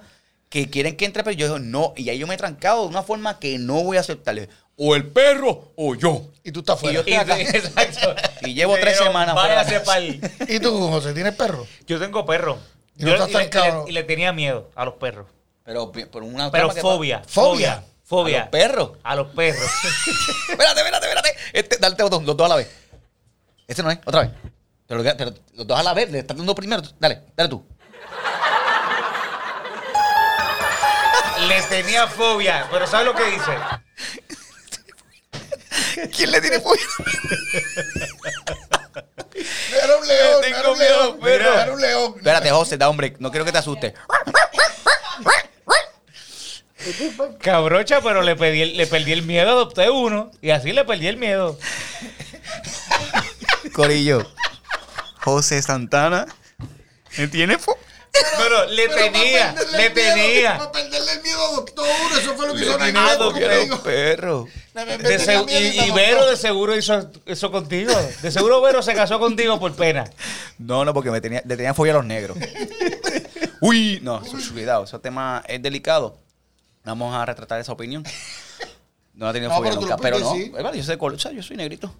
S1: que quieren que entre, pero yo digo, no. Y ahí yo me he trancado de una forma que no voy a aceptarle. O el perro o yo.
S2: Y tú estás fuera.
S1: yo-
S3: Y, exacto.
S1: Y llevo tres
S3: Pero
S1: semanas fuera de la
S3: váyase
S1: casa.
S3: pa'l-
S2: ¿Y tú, José, tienes perro?
S3: Yo tengo perro.
S2: Y no
S3: Yo-
S2: estás
S3: le-
S2: trancado.
S3: le- y le tenía miedo a los perros.
S1: Pero pi- por una
S3: Pero
S1: trama que-
S3: fobia.
S2: ¿Fobia?
S1: A
S3: Fobia. Fobia.
S1: los perros.
S3: A los perros.
S1: Espérate, espérate, espérate. Este, dale los dos, los dos a la vez. Este no es, otra vez. Pero, pero los dos a la vez, le estás dando primero. Dale, dale tú.
S3: le tenía fobia. Pero ¿sabes lo que dice?
S1: ¿Quién le tiene fobia?
S2: No era un león, no era
S1: tengo
S2: un león.
S1: miedo, pero-
S2: No era un león.
S1: Espérate, José, da hombre, no quiero que te asustes.
S3: Cabrocha, pero le, pedí el- le perdí el miedo, adopté uno. Y así le perdí el miedo.
S1: Corillo. José Santana. ¿Me tiene fobia?
S3: Pero le
S2: Pero
S3: tenía,
S2: para perderle
S3: le
S2: el miedo,
S3: tenía.
S2: Para perderle el miedo, doctor. Eso fue lo que hizo
S3: tenía
S2: Nanay
S3: fobia,
S2: conmigo.
S1: perro.
S3: De seg- y, y Vero de seguro hizo eso contigo. De seguro Vero se casó contigo por pena.
S1: No, no, porque me tenía, le tenía fobia a los negros. Uy, no, eso es cuidado, ese tema es delicado. Vamos a retratar esa opinión. No la he tenido
S2: No,
S1: fobia
S2: pero tú
S1: nunca,
S2: lo
S1: pero
S2: puedes
S1: no.
S2: decir.
S1: Eh, vale, yo soy de color, o sea, yo soy negrito.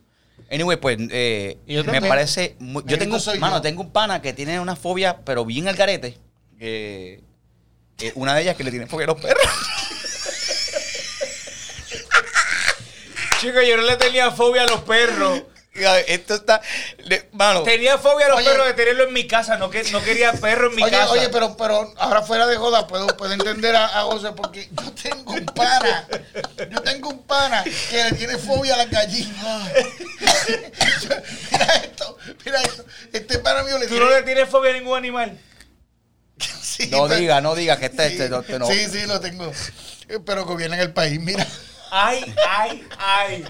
S1: Anyway, pues eh,
S2: Y yo
S1: me
S2: también.
S1: parece. muy- yo
S2: Negrito
S1: tengo,
S2: soy
S1: un- mano,
S2: yo.
S1: tengo un pana que tiene una fobia, pero bien al garete. que, eh, una de ellas que le tiene fobia a los perros.
S3: Chico, yo no le tenía fobia a los perros.
S1: Esto está. le- mano.
S3: Tenía fobia a los
S2: Oye.
S3: perros de tenerlo en mi casa. No, que, no quería perro en mi
S2: Oye,
S3: casa.
S2: oye, pero, pero ahora fuera de joda puedo, puedo entender a, a José porque yo tengo un pana, yo tengo un pana que le tiene fobia a las gallinas. mira esto, mira esto. Este pana mío le
S3: Tú
S2: tiene...
S3: no le tienes fobia a ningún animal.
S2: Sí,
S1: No
S2: pero-
S1: diga, no diga que este,
S2: sí,
S1: este no- este no.
S2: sí, sí, lo tengo. Eh, Pero que viene en el país, mira.
S3: Ay, ay, ay.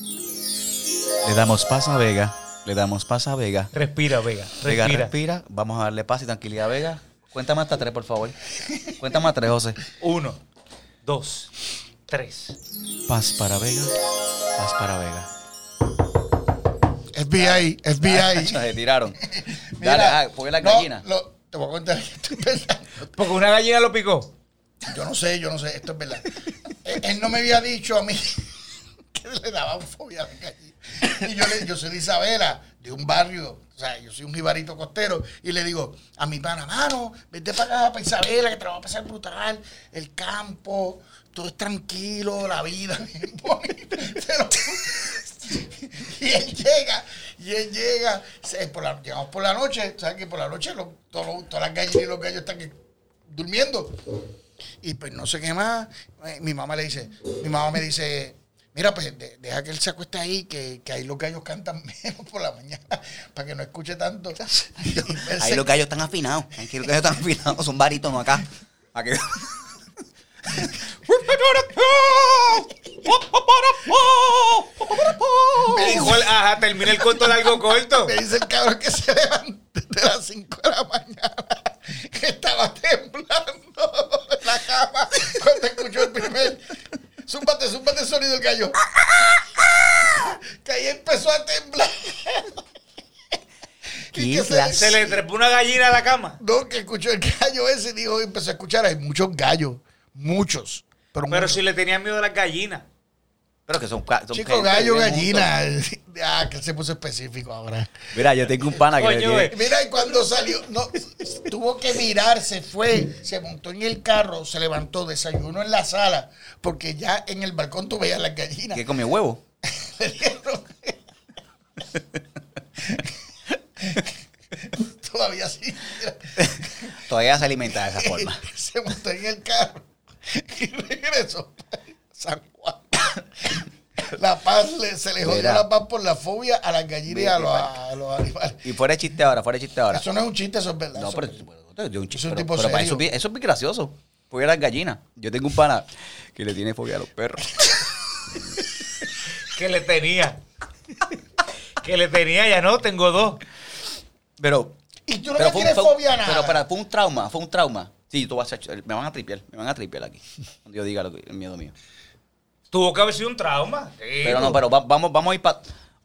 S1: Le damos paz a Vega. Le damos paz a Vega.
S3: Respira, Vega.
S1: Vega,
S3: Respira.
S1: respira. Vamos a darle paz y tranquilidad a Vega. Cuéntame hasta tres, por favor. Cuéntame hasta tres, José.
S3: Uno, dos, tres.
S1: Paz para Vega. Paz para Vega.
S2: FBI, FBI.
S1: Se tiraron.
S2: Mira,
S1: Dale, ah, porque la
S2: no,
S1: gallina.
S2: lo- te voy a contar, esto es verdad.
S3: Porque una gallina lo picó.
S2: Yo no sé, yo no sé, esto es verdad. él, él no me había dicho a mí que le daban fobia a la calle. Y yo, le, yo soy de Isabela, de un barrio, o sea, yo soy un jibarito costero, y le digo a mi pana, mano, vete para acá, para Isabela, que te lo va a pasar brutal, el campo, todo es tranquilo, la vida bien bonita. Se lo- y él llega, y él llega, se- por la- llegamos por la noche, ¿sabes que Por la noche los- todos los- todas las gallinas y los gallos están que- durmiendo. y pues no sé qué más. Eh, Mi mamá le dice, mi mamá me dice, mira, pues de- deja que él se acueste ahí, que, que ahí los gallos cantan menos por la mañana, para que no escuche tanto. Y él
S1: Ahí
S2: se-
S1: los gallos están afinados. Aquí los gallos están afinados. Son barítonos acá. Aquí.
S3: Igual, ajá, termina el cuento largo corto.
S2: Me dice el cabrón que se levantó de las 5 de la mañana, que estaba temblando en la cama cuando escuchó el primer. Zúmbate, zúmbate el sonido del gallo. Que ahí empezó a temblar. Y
S1: Qué
S2: que se-
S1: clase.
S3: Se le trepó una gallina a la cama.
S2: No, que escuchó el gallo ese y dijo, empezó a escuchar. Hay muchos gallos, muchos. Pero,
S3: Pero
S2: muchos.
S3: si le tenía miedo a las gallinas.
S1: Pero que son, ca- son
S2: Chico,
S1: gente
S2: gallo,
S1: del mundo.
S2: gallina. Ah, que se puso específico ahora.
S1: Mira, yo tengo un pana que le
S3: Coño,
S1: tiene-
S3: eh.
S2: Mira, y cuando salió, no, tuvo que mirar, se fue, se montó en el carro, se levantó, desayunó en la sala, porque ya en el balcón tú veías las gallinas.
S1: que comió huevo.
S2: Le dieron- Todavía sí.
S1: Todavía se alimenta de esa forma.
S2: Se montó en el carro y regresó a San Juan. La paz le- se le jodió
S1: Mira.
S2: la paz por la fobia a las gallinas y a los, a los animales.
S1: Y fuera de chiste ahora, fuera de chiste ahora.
S2: Eso no es un chiste, eso es verdad.
S1: No,
S2: eso
S1: pero,
S2: es verdad.
S1: pero yo un chiste,
S2: Es un
S1: pero-
S2: tipo
S1: pero para
S2: serio.
S1: eso, es bien- eso es bien gracioso. Porque eran gallinas. Yo tengo un pana que le tiene fobia a los perros.
S3: Que le tenía. Que le tenía, ya no, tengo dos.
S1: Pero.
S2: Y tú no le tienes
S1: fue
S2: fobia a nada.
S1: Pero para, fue un trauma, fue un trauma. Sí, tú vas a, me van a tripear, me van a tripear aquí. Cuando yo diga lo que, el miedo mío.
S3: Tuvo que haber sido un trauma.
S1: Pero no, pero va- vamos, vamos a ir para.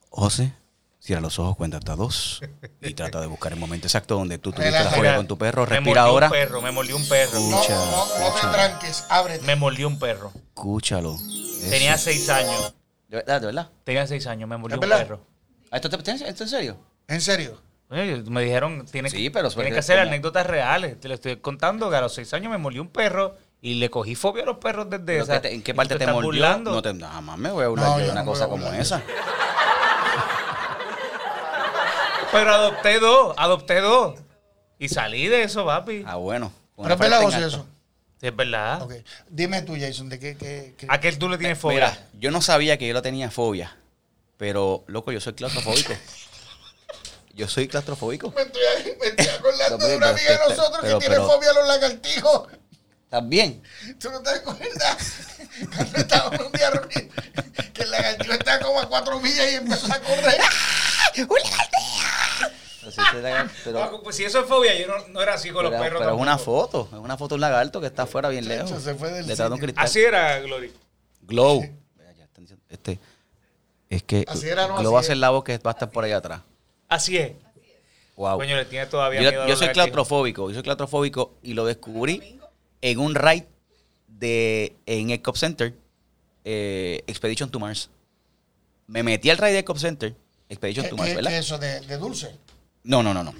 S1: José, cierra los ojos, cuenta hasta dos. Y trata de buscar el momento exacto donde tú tuviste la
S2: Relaja.
S1: fobia con tu perro. Respira ahora.
S3: Me mordió un perro, me mordió un perro.
S2: No,
S1: Escucha,
S2: no, no te
S1: escucha.
S2: tranques, ábrete.
S3: Me mordió un perro.
S1: Escúchalo.
S3: Tenía
S1: Eso.
S3: seis años.
S1: De verdad, de verdad.
S3: Tenía seis años, me mordió
S2: ¿Es
S3: un
S2: verdad?
S3: perro.
S1: ¿Esto, te- te- esto en serio?
S2: En serio.
S3: Oye, Me dijeron, tienes,
S1: Sí,
S3: que-
S1: pero
S3: tienes
S1: suerte,
S3: que hacer
S1: como-
S3: anécdotas reales. Te lo estoy contando que a los seis años me mordió un perro y le cogí fobia a los perros desde
S1: Pero
S3: o sea,
S1: que te- ¿En qué
S3: tú
S1: parte te
S3: estás
S1: mordió?
S3: burlando.
S1: No te, jamás me voy a burlar
S2: No,
S1: yo de
S2: yo
S1: una
S2: no me
S1: cosa
S2: voy a
S1: como
S2: burlar.
S1: esa.
S3: Pero adopté dos, adopté dos. Y salí de eso, papi.
S1: Ah, bueno. Con
S2: Pero
S1: una falta
S2: pela
S1: en
S2: José
S1: acto.
S2: eso.
S3: Sí, es verdad.
S2: Ok. Dime tú, Jason, ¿de qué? qué, qué?
S3: ¿A qué tú le tienes fobia?
S1: Eh, Mira, yo no sabía que yo la tenía fobia. Pero, loco, yo soy claustrofóbico. Yo soy claustrofóbico.
S2: Me estoy, me estoy acordando
S1: Pero,
S2: de una
S1: pero,
S2: amiga de
S1: pero,
S2: nosotros
S1: este, pero,
S2: que tiene
S1: pero-
S2: fobia a los lagartijos.
S1: También.
S2: ¿Tú no te acuerdas? Cuando estábamos un día reunidos, que el lagartijo estaba como a cuatro millas y empezó a correr.
S1: Pero, sí, sí, la- pero-
S3: Paco, pues si eso es fobia, yo no, no era así con los
S1: pero-
S3: perros.
S1: pero es una
S3: tampoco.
S1: foto. Es una foto de un lagarto que está afuera bien
S2: Chacho,
S1: lejos.
S2: se fue del
S1: Detrás de un
S2: sitio.
S1: cristal.
S3: Así era, Glory.
S1: Glow. Mira, ya están diciendo- Este, es que
S2: Así era, no,
S1: Glow
S2: así
S1: va a ser
S2: es.
S1: la voz que va a estar por allá atrás.
S3: Así es.
S1: Wow.
S3: Coño, le tiene todavía
S1: yo,
S3: miedo a
S1: yo
S3: los
S1: soy
S3: lagartijos.
S1: claustrofóbico, yo soy claustrofóbico y lo descubrí en un ride de, en el Cop Center, eh, Expedition to Mars. Me metí al ride de Cop Center, Expedition
S2: ¿Qué,
S1: to Mars,
S2: qué-
S1: ¿verdad?
S2: qué es eso de, de dulce?
S1: No, no, no, no.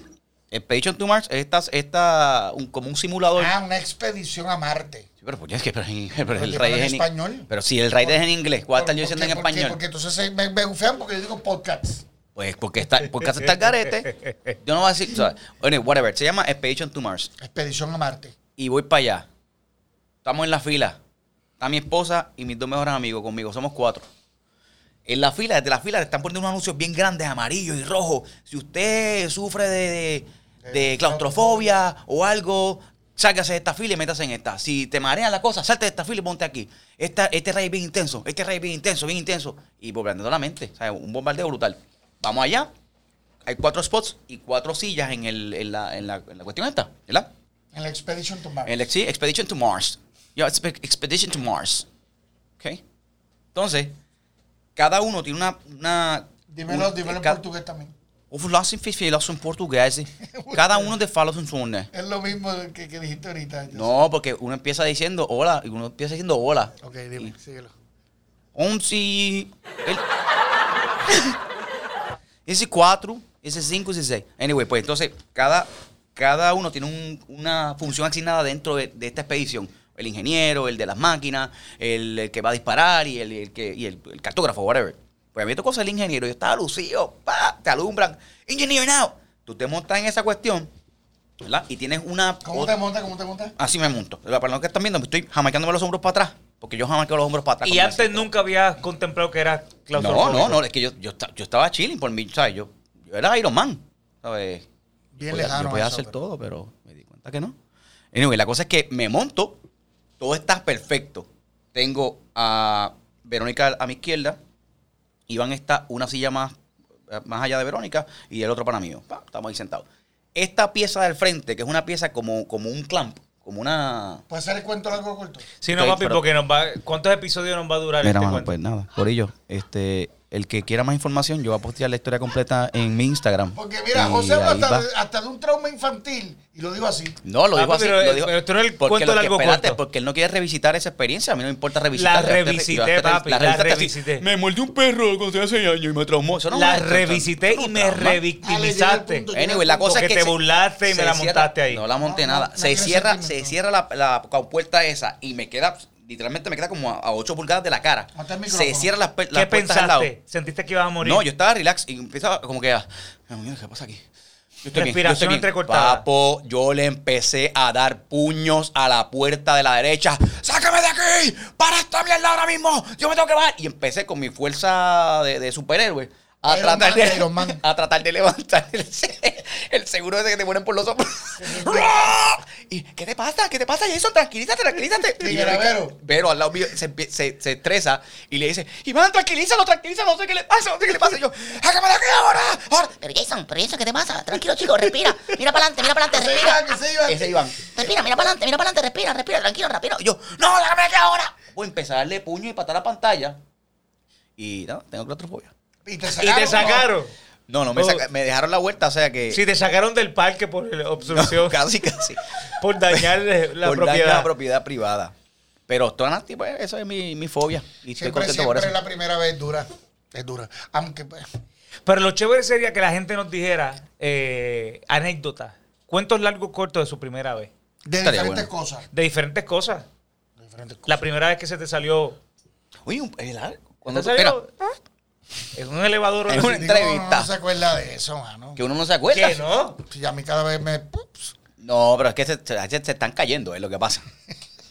S1: Expedition to Mars es esta, esta, un- como un simulador.
S2: Ah, una expedición a Marte.
S1: Sí, pero pues, es que pero en- pero
S2: Pero
S1: el
S2: que
S1: ride
S2: está
S1: es
S2: en
S1: en
S2: español.
S1: Pero si el ride es en inglés, ¿cuál estar yo
S2: ¿Por
S1: diciendo
S2: qué?
S1: en
S2: ¿Por qué?
S1: español?
S2: Porque entonces se- me, me bufean porque yo digo podcast.
S1: Pues porque está, porque hace está el garete. Yo no voy a decir, o sea, bueno, whatever. Se llama Expedition to Mars.
S2: Expedición a Marte.
S1: y voy para allá. Estamos en la fila. Está mi esposa y mis dos mejores amigos conmigo. Somos cuatro. En la fila, desde la fila, le están poniendo unos anuncios bien grandes, amarillos y rojos. Si usted sufre de, de- de claustrofobia o algo, sálgase de esta fila y métase en esta. Si te marean la cosa, salte de esta fila y ponte aquí. Esta, este rayo es bien intenso, este rayo es bien intenso, bien intenso. Y bombardeando la mente. O sea, un bombardeo brutal. Vamos allá. Hay cuatro spots y cuatro sillas en, el, en, la, en la- en la cuestión esta, ¿verdad?
S2: En la expedición to Marte.
S1: El ex- sí, Expedition to Mars. Yeah, it's ex- Expedition to Mars. Ok. Entonces, cada uno tiene una. una
S2: dímelo,
S1: una-
S2: dímelo en
S1: ca-
S2: portugués también.
S1: O filósofo y filósofo en portugués. Cada uno de fala en su onda.
S2: Es lo mismo que, que dijiste ahorita.
S1: No, porque uno empieza diciendo hola y uno empieza diciendo hola.
S2: Ok, dime, síguelo.
S1: Once. El, ese cuatro, ese cinco, ese seis. Anyway, pues entonces cada, cada uno tiene un- una función asignada dentro de, de esta expedición. El ingeniero, el de las máquinas, el, el que va a disparar y el, el que, y el, el cartógrafo, whatever. Pues a mí me tocó ser el ingeniero. Yo estaba lucido. pa, Te alumbran. Engineer now. Tú te montas en esa cuestión ¿verdad? Y tienes una.
S2: ¿Cómo te monta? ¿Cómo te monta?
S1: Así me monto. Para los que están viendo, me estoy jamaqueándome los hombros para atrás. Porque yo jamaqueo los hombros para atrás.
S3: Y
S1: cuando me
S3: antes nunca había contemplado que era
S1: No,
S3: claustrofóbico.
S1: no, no, es que yo, yo, esta- yo estaba chilling por mí, ¿sabes? Yo, yo era Iron Man, ¿sabes?
S2: Bien
S1: Podía-
S2: lejano
S1: Yo podía
S2: eso,
S1: hacer
S2: pero-
S1: todo, pero me di cuenta que no. Anyway, la cosa es que me monto, todo está perfecto. Tengo a Verónica a mi izquierda, Iván está una silla más, más allá de Verónica y el otro para mío. Pa, estamos ahí sentados. Esta pieza del frente, que es una pieza como, como un clamp, como una...
S2: ¿Puede ser el cuento largo o corto?
S3: Sí, no,
S1: Ok,
S3: papi,
S1: pero-
S3: porque nos va, ¿cuántos episodios nos va a durar
S1: Mira,
S3: este
S1: mano,
S3: cuento?
S1: pues nada, Corillo, este, el que quiera más información, yo voy a postear la historia completa en mi Instagram.
S2: Porque mira,
S1: Y
S2: José habla
S1: ahí va.
S2: hasta, de- hasta de un trauma infantil y lo digo así.
S1: No, lo dijo así,
S3: Papi, Ah, pues, pero-
S1: lo dijo.
S3: pero esto no es el
S1: porque
S3: cuento
S1: lo que-
S3: largo
S1: espérate,
S3: corto.
S1: porque él no quiere revisitar esa experiencia, a mí no me importa revisitar.
S3: La
S1: Yo hasta- yo
S3: revisité,
S1: hasta-
S3: papi, la
S1: revisité así.
S3: revisité.
S1: Me mordió un perro cuando tenía 6 años y me traumó. Eso no
S3: la
S1: es- eso-
S3: revisité
S1: eso no
S3: y
S1: es
S3: me
S1: trauma.
S2: Ah, le llegué al
S3: revictimizaste.
S2: punto.
S1: Anyway, la cosa es
S3: Porque
S1: que
S3: te
S1: se-
S3: burlaste y
S1: se
S3: me la
S1: cierra-
S3: montaste ahí.
S1: No la monté
S2: No,
S1: nada.
S2: no, no
S1: se
S2: tiene
S1: cierra,
S2: sentimiento.
S1: se cierra la, la compuerta esa y me queda, literalmente me queda como a, a 8 pulgadas de la cara.
S2: Mata el micrófono.
S1: Se cierra las, pe- las
S3: ¿Qué
S1: puertas al lado.
S3: pensaste? ¿Sentiste que ibas a morir?
S1: No, yo estaba relax y empezaba como que a. "Ay, mierda, ¿Qué pasa aquí? Yo estoy bien, yo estoy
S3: Respiración
S1: bien".
S3: entrecortada.
S1: Papo, yo le empecé a dar puños a la puerta de la derecha. ¡Sácame de aquí! ¡Para esta mierda ahora mismo! ¡Yo me tengo que bajar! Y empecé con mi fuerza de, de superhéroe a
S2: Iron
S1: tratar,
S2: Man,
S1: de,
S2: Iron Man.
S1: a tratar de levantar el, se- el seguro ese que te ponen por los hombros. ¿Y qué te pasa? ¿Qué te pasa, Jason? Tranquilízate, tranquilízate.
S2: Y
S1: Y
S2: era Vero.
S1: Vero al lado mío se, empie- se, se estresa y le dice, Iván, tranquilízalo, tranquilízalo, no sé qué le pasa, no sé qué le pasa. Y yo, hágame de aquí ahora, ahora.
S4: Pero Jason, pero Jason, ¿qué te pasa? Tranquilo, chico, respira. Mira para adelante, mira para
S2: Que se
S4: adelante,
S2: iban,
S4: respira.
S2: que se iban.
S1: Ese Iván.
S4: Respira, mira para adelante, mira para adelante, respira, respira, tranquilo, rápido.
S1: Y yo, no, hágame de aquí ahora. Voy a empezar a darle puño y patada a la pantalla. Y no, tengo claustrofobia.
S2: Y te
S3: Y
S2: sacaron.
S3: te sacaron.
S1: No, no, me,
S3: Oh.
S1: saca- me dejaron la vuelta, o sea que...
S3: Sí, te sacaron del parque por la
S1: Eh. No,
S3: obstrucción,
S1: casi, casi.
S3: por dañar la
S1: Por daño a
S3: propiedad.
S1: la propiedad privada. Pero Tonati, pues, eso es mi, mi fobia. Y estoy
S2: Siempre,
S1: contento por
S2: siempre
S1: eso.
S2: la primera vez es dura. Es dura. Aunque pues,
S3: Pero lo chévere sería que la gente nos dijera eh, anécdotas, cuentos largos cortos de su primera vez,
S2: de
S1: Estaría
S2: diferentes
S1: bueno.
S2: cosas.
S3: de diferentes cosas.
S2: De diferentes cosas.
S3: La primera vez que se te salió,
S1: Oye, un- el ar-
S3: ¿te
S1: cuando tú-
S3: salió?
S1: espera,
S3: Es un elevador.
S1: Es una
S2: Digo, no,
S1: entrevista.
S2: No, se acuerda de eso, mano.
S1: que uno no se acuerda.
S3: ¿Qué no?
S2: Si ya a mí cada vez me. Ups.
S1: No, pero es que se, se- se están cayendo, es lo que pasa.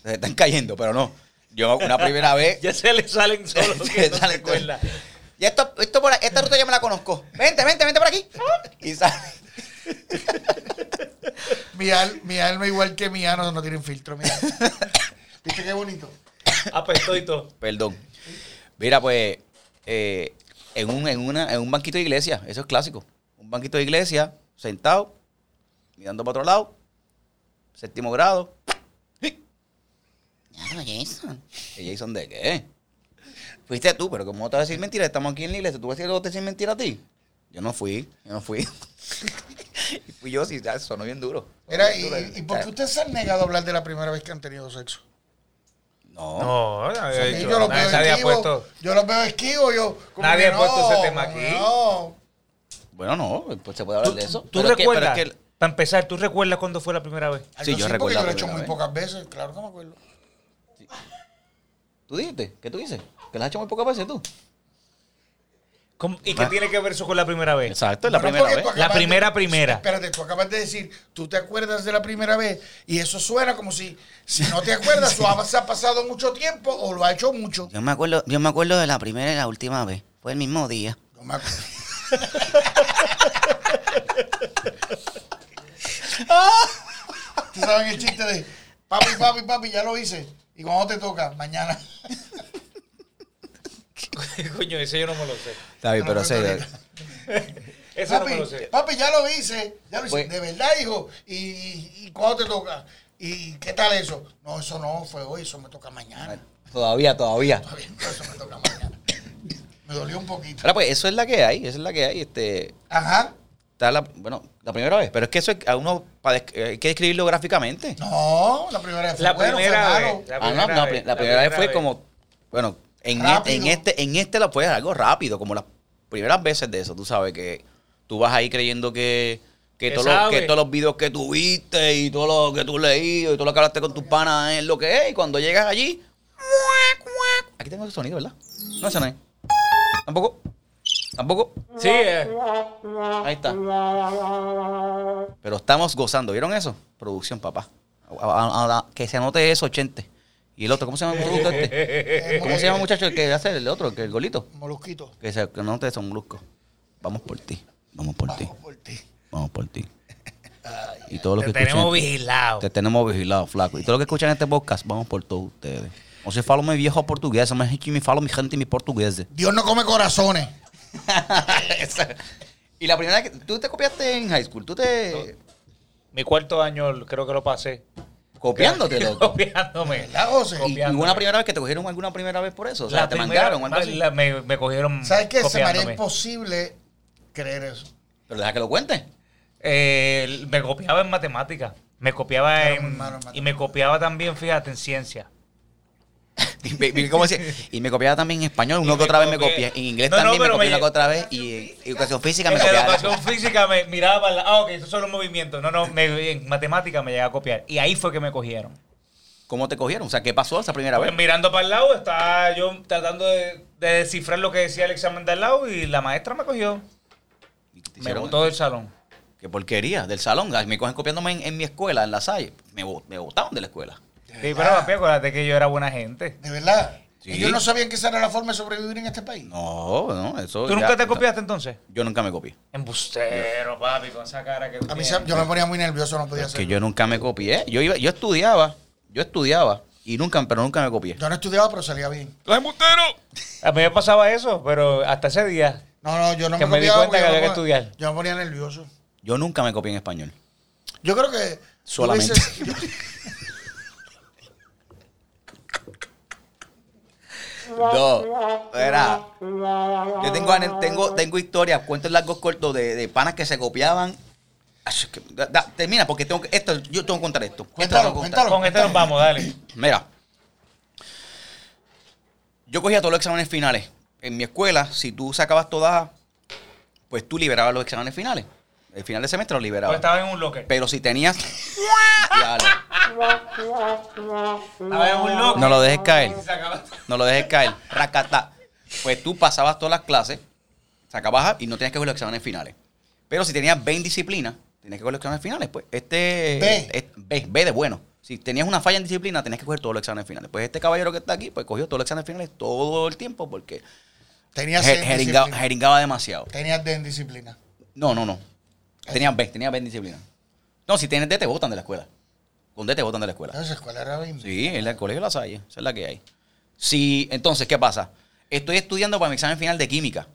S1: Se están cayendo, pero no. Yo una primera vez.
S3: Ya se le salen solos.
S1: Se
S3: que no se
S1: salen todos.
S3: acuerda.
S1: Ya esto, esto por- esta ruta ya me la conozco. Vente, vente, vente por aquí.
S3: ¿Ah?
S1: Y sale.
S2: Mi, al- mi alma, igual que mi ano, no tiene filtro. Mira. ¿Viste qué bonito?
S3: Apestó y Ah, pues, todo.
S1: Perdón. Mira, pues, eh, en, un, en, una, en un banquito de iglesia, eso es clásico. Un banquito de iglesia, sentado, mirando para otro lado, séptimo grado.
S4: Ya, no, Jason.
S1: ¿Y Jason de qué? Fuiste tú, pero ¿cómo te vas a decir mentira? Estamos aquí en la iglesia. ¿Tú vas a decir algo te decir mentira a ti? Yo no fui, yo no fui. Y fui yo, sí, ya, sonó bien duro.
S2: Mira,
S1: Sonó bien
S2: ¿y,
S1: duro.
S2: ¿y por qué ustedes se han negado a hablar de la primera vez que han tenido sexo?
S1: No.
S3: No, no había
S2: Sí,
S3: dicho,
S2: yo los
S3: nadie
S2: veo
S3: se había
S2: esquivo.
S3: puesto.
S2: Yo los veo esquivo. Yo, como
S3: Nadie
S2: que
S3: ha puesto ese tema
S2: como que
S3: aquí.
S2: No.
S1: Bueno, no, pues se puede
S3: ¿Tú,
S1: hablar de eso.
S3: tú
S1: Pero es que-
S3: recuerdas?
S1: pero es que-
S3: para empezar, ¿tú recuerdas cuándo fue la primera vez?
S1: Sí, yo
S2: porque
S1: recuerdo
S2: Yo lo
S1: la
S2: he hecho muy
S1: primera
S2: pocas veces, claro que me acuerdo.
S1: ¿Tú dijiste? ¿Qué tú dices? Que las has hecho muy pocas veces tú.
S3: ¿Cómo- ¿Y qué tiene que ver eso con la primera vez?
S1: Ah. Exacto, es la
S2: Bueno,
S1: primera
S2: porque
S1: vez.
S2: tú acabas
S3: La
S2: de-
S3: primera, primera.
S2: Espérate, tú acabas de decir, tú te acuerdas de la primera vez y eso suena como si, si no te acuerdas, o ha- se ha pasado mucho tiempo o lo ha hecho mucho.
S1: Yo me, acuerdo, yo me acuerdo de la primera y la última vez. Fue el mismo día.
S2: No me acuerdo. Tú sabes el chiste de papi, papi, papi, ya lo hice. ¿Y cuando te toca? Mañana.
S3: Coño, ese yo no me lo sé.
S1: Está bien,
S2: No,
S1: pero eh.
S2: no,
S1: ese-
S2: no,
S3: Ese no me lo
S2: Papi, eh,
S3: sé.
S2: papi, ya lo hice. Ya lo hice.
S1: Pues-
S2: de verdad, hijo. ¿Y, ¿Y cuándo te toca? ¿Y qué tal eso? No, eso no fue hoy, eso me toca mañana.
S1: Todavía, todavía.
S2: Está bien, pero eso me toca mañana. Me dolió un poquito.
S1: Ahora, pues, eso es la que hay, esa es la que hay. Este,
S2: Ajá.
S1: está la, bueno, la primera vez. Pero es que eso es- a uno pa- desc- eh, hay que describirlo gráficamente.
S2: No, la primera vez fue
S3: La
S2: bueno, fue
S3: primera
S2: malo.
S3: vez. La
S1: Ah, no,
S3: primera
S1: no,
S3: vez,
S1: pri- la
S3: la
S1: primera vez
S3: primera
S1: fue
S3: vez.
S1: como, bueno, en, e-
S2: Rápido.
S1: en este, en este la fue algo rápido, como las primeras veces de eso, tú sabes que tú vas ahí creyendo que, que,
S3: Que
S1: todos, los, que
S3: sabe.
S1: todos los videos que tú viste y todo lo que tú leí y todo lo que hablaste con tus panas es lo que es, y cuando llegas allí, ¡guac, guac! aquí tengo ese sonido, ¿verdad? No, ese no es. Tampoco. ¿Tampoco?
S3: Sí, eh.
S1: Ahí está. Pero estamos gozando. ¿Vieron eso? Producción, papá. A- a- a- que se anote eso, 80. Y el otro, ¿cómo se llama el producto este? ¿Cómo se llama, muchacho? El que hace el otro, el que el golito.
S2: Eh, Molusquito.
S1: Que se que anote eso, molusco. Vamos por ti. Vamos por ti.
S2: Vamos por ti.
S1: Vamos por ti. Y todos los que
S3: Te tenemos
S1: escuchen-
S3: vigilado.
S1: te tenemos vigilado, flaco. Y todo lo que escuchan este podcast, vamos por todos ustedes. No se falo mi viejo portugués, no me me falo mi gente mi portugués.
S2: Dios no come corazones.
S1: y la primera que tú te copiaste en high school, tú te
S3: Mi cuarto año creo que lo pasé.
S1: copiándote, loco.
S3: Copiándome.
S2: ¿Verdad, José?
S1: ¿Y ninguna primera vez que te cogieron alguna primera vez por eso? O sea,
S3: La
S1: te
S3: primera-
S1: mangaron o algo así.
S3: la- me, me cogieron
S2: ¿Sabes qué? Se me haría
S3: Mm, copiándome.
S2: imposible creer eso.
S1: Pero deja que lo cuente.
S3: Eh, me copiaba en matemáticas. Me copiaba
S2: Claro, muy
S3: en,
S2: malo en
S3: Y me
S2: matemáticas.
S3: copiaba también, fíjate, en ciencia.
S1: Y me- y ¿Cómo decía? Y me copiaba también en español, uno que
S3: Y me
S1: otra vez me
S3: copié.
S1: copié. En inglés
S3: No, no,
S1: también me
S3: pero
S1: copié
S3: me-
S1: una que otra vez. Y en educación física me
S3: En
S1: copiaba.
S3: educación física me miraba para la- Ah, ok, esos son los movimientos. No, no, me- en matemáticas me llegaba a copiar. Y ahí fue que me cogieron.
S1: ¿Cómo te cogieron? O sea, ¿qué pasó esa primera
S3: Porque
S1: vez?
S3: mirando para el lado, estaba yo tratando de, de descifrar lo que decía el examen del lado y la maestra me cogió.
S1: Y te
S3: Me
S1: hicieron-
S3: botó del salón.
S1: Qué porquería, del salón. Me cogen copiándome en, en mi escuela, en la salle. Me, bo- me botaron de la escuela.
S3: Sí, pero papi, acuérdate que yo era buena gente.
S2: De verdad.
S1: Sí.
S2: Ellos no sabían que esa era la forma de sobrevivir en este país.
S1: No, no, eso.
S3: ¿Tú
S1: ya-
S3: nunca te copiaste entonces?
S1: Yo nunca me copié.
S3: Embustero, papi, con esa cara que tú
S2: A mí se-
S3: tienes.
S2: yo me ponía muy nervioso, no podía
S1: Es que
S2: hacerlo.
S1: yo nunca me copié. Yo iba, yo estudiaba, yo estudiaba, y nunca, pero nunca me copié.
S2: Yo no estudiaba, pero salía bien.
S5: ¡Los embusteros!
S3: A mí me pasaba eso, pero hasta ese día.
S2: No, no, yo no
S3: Que
S2: me
S3: me di
S2: copiaba
S3: cuenta
S2: porque
S3: que
S2: yo
S3: había que
S2: me ponía-
S3: estudiar.
S2: Yo me ponía nervioso.
S1: Yo nunca me copié en español.
S2: Yo creo que. tú
S1: Solamente.
S2: dices-
S1: No, era. Yo tengo, ane- tengo, tengo historias, cuentos largos cortos de, de panas que se copiaban. Ay, es que- da- da- termina, porque tengo que, esto, yo tengo que contar esto. Esto
S2: Cuéntalo,
S1: tengo que contar.
S2: cuéntalo.
S3: Con este nos vamos, dale.
S1: Mira, yo cogía todos los exámenes finales. En mi escuela, si tú sacabas todas, pues tú liberabas los exámenes finales. El final de semestre los
S3: Yo
S1: liberabas.
S3: Pues estaba en un locker.
S1: Pero si tenías. Diablo.
S3: Estaba en un locker.
S1: No lo dejes caer.
S3: Y se acaba-
S1: No lo dejes caer. Racata. Pues tú pasabas todas las clases, sacabas y no tenías que coger los exámenes finales. Pero si tenías B en disciplina, tenías que coger los exámenes finales. Pues este.
S2: B.
S1: es- B, B de bueno. Si tenías una falla en disciplina, tenías que coger todos los exámenes finales. Pues este caballero que está aquí, pues cogió todos los exámenes finales todo el tiempo porque
S2: Tenía
S1: jer-
S2: sed en
S1: jeringa-
S2: disciplina.
S1: jeringaba demasiado.
S2: Tenía D en disciplina.
S1: No, no, no. Tenías B, tenías B en disciplina. No, si tienes D, te botan de la escuela. Con D te botan de la escuela.
S2: Entonces, ¿cuál era la misma?
S1: Sí, en el colegio La Salle, esa es la que hay. Sí, entonces, ¿qué pasa? Estoy estudiando para mi examen final de química.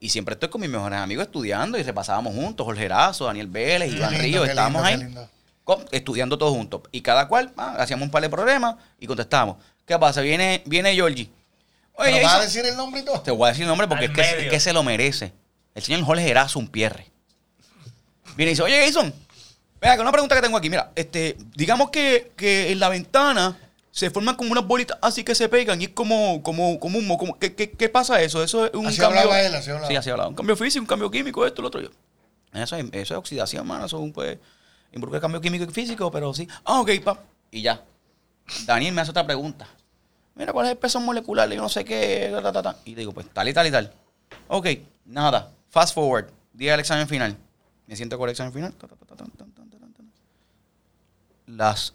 S1: Y siempre estoy con mis mejores amigos estudiando y repasábamos juntos, Jorge Erazo, Daniel Vélez,
S2: Qué
S1: Iván
S2: lindo,
S1: Ríos,
S2: qué
S1: estábamos
S2: lindo, qué
S1: ahí
S2: lindo.
S1: con- estudiando todos juntos. Y cada cual ah, hacíamos un par de problemas y contestábamos. ¿Qué pasa? Viene, viene Georgie. Oye,
S2: ¿Pero vas a
S1: Jason,
S2: decir el nombre y todo?
S1: te voy a decir el nombre porque es
S3: Al
S1: que, es
S3: medio.
S1: que se lo merece. El señor Jorge Erazo, un pierre. Viene y dice, oye, Jason, mira, que una pregunta que tengo aquí. Mira, este, digamos que, que en la ventana se forman como unas bolitas así que se pegan y es como, como, como un moco. ¿Qué, qué, qué pasa eso? Eso es un
S2: Así
S1: cambio...
S2: hablaba él, así hablaba.
S1: Sí, así hablaba. Un cambio físico, un cambio químico, esto, lo otro. Yo, eso, es, eso es oxidación, mano. Eso es un, pues, involucra cambio químico y físico, pero sí. Ah, ok, pa. Y ya. Daniel me hace otra pregunta. Mira, ¿cuál es el peso molecular? Yo no sé qué. ta, ta, ta, ta. Y digo, pues tal y tal y tal. Ok, nada. Fast forward. Día del examen final. Me siento con el examen final. Ta, ta, ta, ta, ta, ta, ta, ta, ta. Las.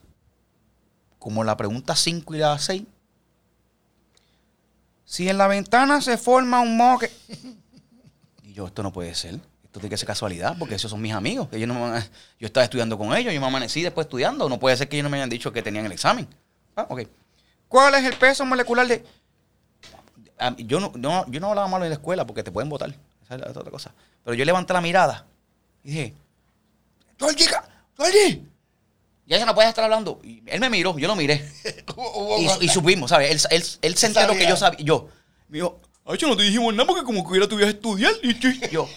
S1: Como la pregunta 5 y la 6. Si en la ventana se forma un moque. Y yo, esto no puede ser. Esto tiene que ser casualidad, porque esos son mis amigos. Ellos no me van a- yo estaba estudiando con ellos, yo me amanecí después estudiando. No puede ser que ellos no me hayan dicho que tenían el examen. Ah, ok. ¿Cuál es el peso molecular de.? Ah, Yo no, no- yo no hablaba malo en la escuela porque te pueden votar. Esa es la otra cosa. Pero yo levanté la mirada y dije: ¡Georgie! ca- ¡Georgie! Ya ella no puede estar hablando. Y él me miró, yo lo miré.
S2: Hubo- hubo
S1: Y, y
S2: contacto.
S1: supimos, ¿sabes? Él, él, él se
S2: Él
S1: enteró
S2: Oh, sabía.
S1: que yo sabía. Yo, me dijo, ay, yo no te dijimos nada porque como quiera tú ibas a estudiar. Y yo- yo,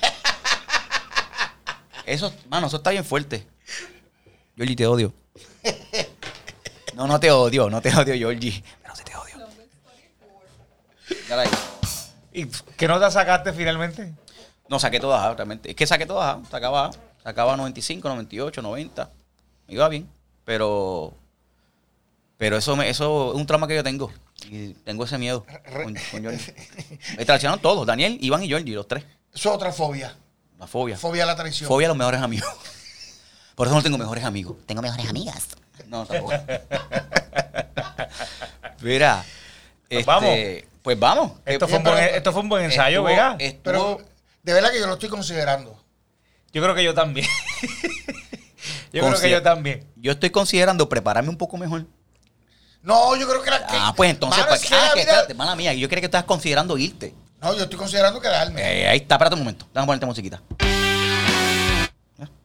S1: eso, mano, eso está bien fuerte. Georgie, te odio. No, no te odio, no te odio, Georgie. Pero sí te odio. Dale ahí.
S3: ¿Y qué nota sacaste finalmente?
S1: No, saqué todas A, realmente. Es que saqué todas A, sacaba A. Sacaba 95, 98, 90. Me iba bien. Pero. Pero eso, me, eso es un trauma que yo tengo. Y tengo ese miedo. Con, con Jordi. Me traicionaron todos: Daniel, Iván y Jordi, los tres.
S2: Eso es otra fobia.
S1: La fobia.
S2: Fobia a la traición.
S1: Fobia a los mejores amigos. Por eso no tengo mejores amigos. Tengo mejores amigas. No, tampoco. Mira.
S3: Pues
S1: Este,
S3: vamos.
S1: Pues vamos.
S3: Esto
S1: Eh,
S3: fue un buen, e-, esto fue un buen
S1: estuvo-
S3: ensayo, Vega.
S1: estuvo-
S2: Pero de verdad que yo lo estoy considerando.
S3: Yo creo que yo también. yo creo que
S1: Consider-
S3: yo también.
S1: yo estoy considerando prepararme un poco mejor.
S2: No, yo creo que la que-
S1: Ah, pues entonces,
S2: Mano,
S1: pues,
S2: es que
S1: ah,
S2: la
S1: que
S2: vida-
S1: espérate, mala mía, yo creía que estabas considerando irte.
S2: No, yo estoy considerando quedarme.
S1: Eh, ahí está, espérate un momento. Déjame ponerte musiquita. Ah,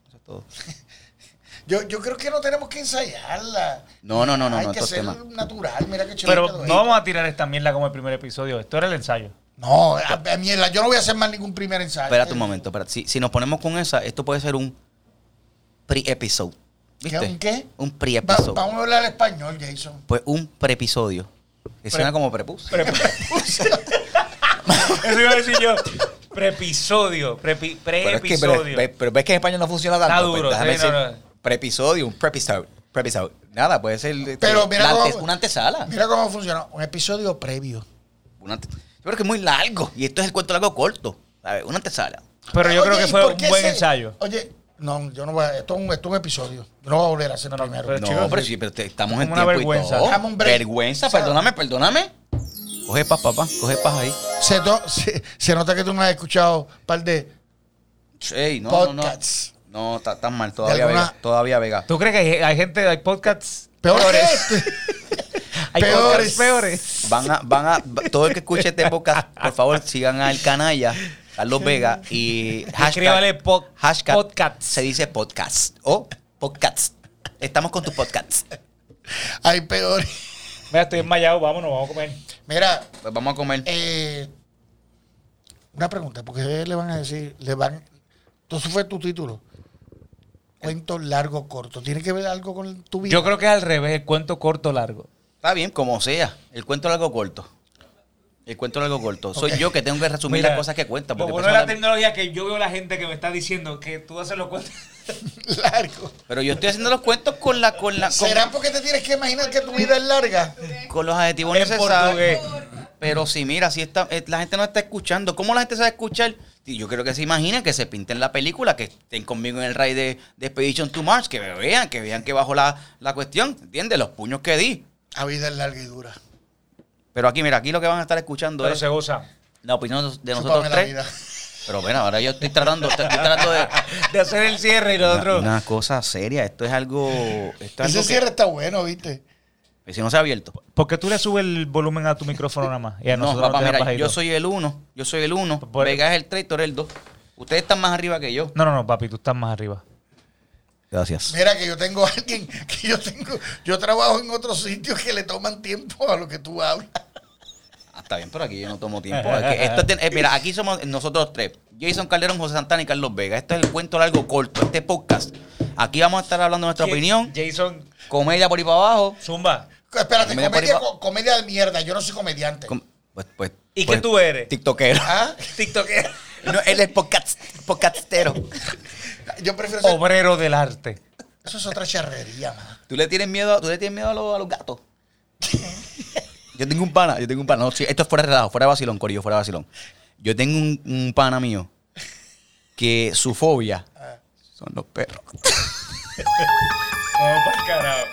S1: eso es todo.
S2: Yo, yo creo que no tenemos que ensayarla.
S1: No, no, no, no,
S2: Hay
S1: no,
S2: que
S1: estos
S2: ser
S1: temas.
S2: natural. Mira qué chévere.
S3: Pero
S2: quedó
S3: no
S2: esto.
S3: vamos a tirar esta mierda como el primer episodio. Esto era el ensayo.
S2: No, a, a mierda, yo no voy a hacer más ningún primer ensayo.
S1: Espérate un momento, espérate. Si, si nos ponemos con esa, esto puede ser un pre-episode. ¿Viste?
S2: ¿Qué, un qué?
S1: Un
S2: Va-
S1: pre-episode.
S2: vamos a hablar español, Jason.
S1: Pues un pre-episodio. Que suena como prepus.
S3: Eso iba a decir yo. Preepisodio. prepi-
S1: Pero, es que,
S3: Preepisodio.
S1: pero- pero- pero ves que en español no funciona tanto.
S3: Está
S1: pues,
S3: duro,
S1: déjame
S3: sí, no,
S1: decir Pre-episodio, un pre-episode. pre-episode. Nada, puede ser este,
S2: Pero mira
S1: la
S2: cómo-
S1: antes- una antesala.
S2: Mira cómo funciona. Un episodio previo.
S1: Una ante- yo creo que es muy largo. Y esto es el cuento largo corto. A ver, una antesala.
S3: Pero yo
S2: Oye,
S3: creo que
S2: ¿y
S3: fue
S2: por
S3: un
S2: qué
S3: buen
S2: se-
S3: ensayo.
S2: Oye, no, yo no voy a. Esto es un, esto es un episodio. Yo no voy a volver a hacer
S3: No, no,
S2: primero.
S3: pero-
S1: No,
S3: Pues, chicos,
S1: pero
S3: sí.
S1: sí, pero te- estamos
S3: Como
S1: en
S3: una
S1: tiempo
S3: vergüenza.
S1: y todo.
S2: Dame un break.
S1: Vergüenza,
S2: O sea-
S1: perdóname, perdóname. Coge paz, papá. Coge paz ahí.
S2: se, to- se- se nota que tú no has escuchado un par de.
S1: Ey, no,
S2: Podcasts.
S1: no, no. No, está tan mal. Todavía
S2: De alguna-
S1: Vega. Todavía Vega.
S3: ¿Tú crees que hay, hay gente, hay podcasts
S2: Peor que
S3: peores?
S2: este.
S3: Hay
S2: Peores.
S3: podcasts peores.
S1: Van a, van a, todo el que escuche este podcast, por favor, sigan al canalla, Carlos Vega, y
S3: Escríbale po-
S1: hashtag
S3: podcast.
S1: se dice podcast o podcast. Estamos con tus podcasts.
S2: Hay peores.
S3: Mira, estoy enmayado. Vámonos, vamos a comer.
S2: Mira,
S1: Pues vamos a comer.
S2: eh, una pregunta, porque le van a decir, le van. Entonces fue tu título. Cuento largo, corto. ¿Tiene que ver algo con tu vida?
S3: Yo creo que es al revés. El cuento corto largo.
S1: Está bien, como sea. El cuento largo o corto. El cuento largo o corto. Soy
S2: Ok.
S1: yo que tengo que resumir
S3: Mira,
S1: las cosas que cuentan.
S3: Lo
S1: Porque
S3: bueno de la
S1: personal-
S3: tecnología es que yo veo la gente que me está diciendo que tú haces los cuentos.
S2: largo.
S1: Pero yo estoy haciendo los cuentos con la, con la, con,
S2: ¿Será porque te tienes que imaginar que tu vida es larga?
S1: con los adjetivos
S3: En
S1: necesarios.
S3: portugués.
S1: Pero si mira, si está, eh, la gente no está escuchando, ¿cómo la gente sabe escuchar? Y yo creo que se imaginen que se pinten la película, que estén conmigo en el raid de, de Expedition to Mars, que me vean, que vean que bajo la, la cuestión, ¿entiendes? Los puños que di.
S2: La vida es larga y dura.
S1: Pero aquí, mira, aquí lo que van a estar escuchando
S3: Pero
S1: es
S3: se goza.
S1: la opinión de
S2: Chúpame
S1: nosotros
S2: la vida.
S1: tres. Pero bueno, ahora yo estoy tratando, estoy tratando de...
S3: De hacer el cierre y
S1: Una,
S3: nosotros.
S1: una cosa seria, esto es algo... Esto es
S2: Ese
S1: algo
S2: cierre está bueno, ¿viste?
S1: que, si no se ha abierto.
S3: Porque tú le subes el volumen a tu micrófono nada más. Y a
S1: No,
S3: nosotros
S1: papá,
S3: nos dejas
S1: mira,
S3: bajito.
S1: yo soy el uno, yo soy el uno,
S3: Por-
S1: Vega es el tres, tú eres el dos. Ustedes están más arriba que yo.
S3: No, no, no, papi, tú estás más arriba.
S1: Gracias.
S2: Mira que yo tengo a alguien que yo tengo, yo trabajo en otros sitios que le toman tiempo a lo que tú hablas.
S1: Ah, está bien, pero aquí yo no tomo tiempo. Es que esto tiene- eh, mira, aquí somos nosotros tres. Jason Calderón, José Santana y Carlos Vega. Este es el cuento largo corto, este podcast. Aquí vamos a estar hablando nuestra opinión,
S3: Jason,
S1: comedia por ahí para abajo.
S3: zumba.
S2: Espérate,
S1: Comedia
S2: comedia,
S1: por ahí
S2: co- comedia de mierda, yo no soy comediante.
S1: Com- Pues, pues,
S3: ¿Y
S1: pues,
S3: qué tú eres?
S1: Tiktokero.
S2: ¿Ah?
S3: TikToker.
S1: No, él es podcast, podcastero.
S2: Yo prefiero
S1: Oh,
S2: ser-
S3: Obrero del arte.
S2: Eso es otra charrería, man.
S1: ¿Tú le tienes miedo, tú le tienes miedo a, los, a los gatos? Yo tengo un pana, yo tengo un pana. No, sí, esto es fuera de relajo, fuera de vacilón, Corillo, fuera de vacilón. Yo tengo un, un pana mío que su fobia
S3: Ah.
S1: son los perros.
S3: Vamos pa'l carajo.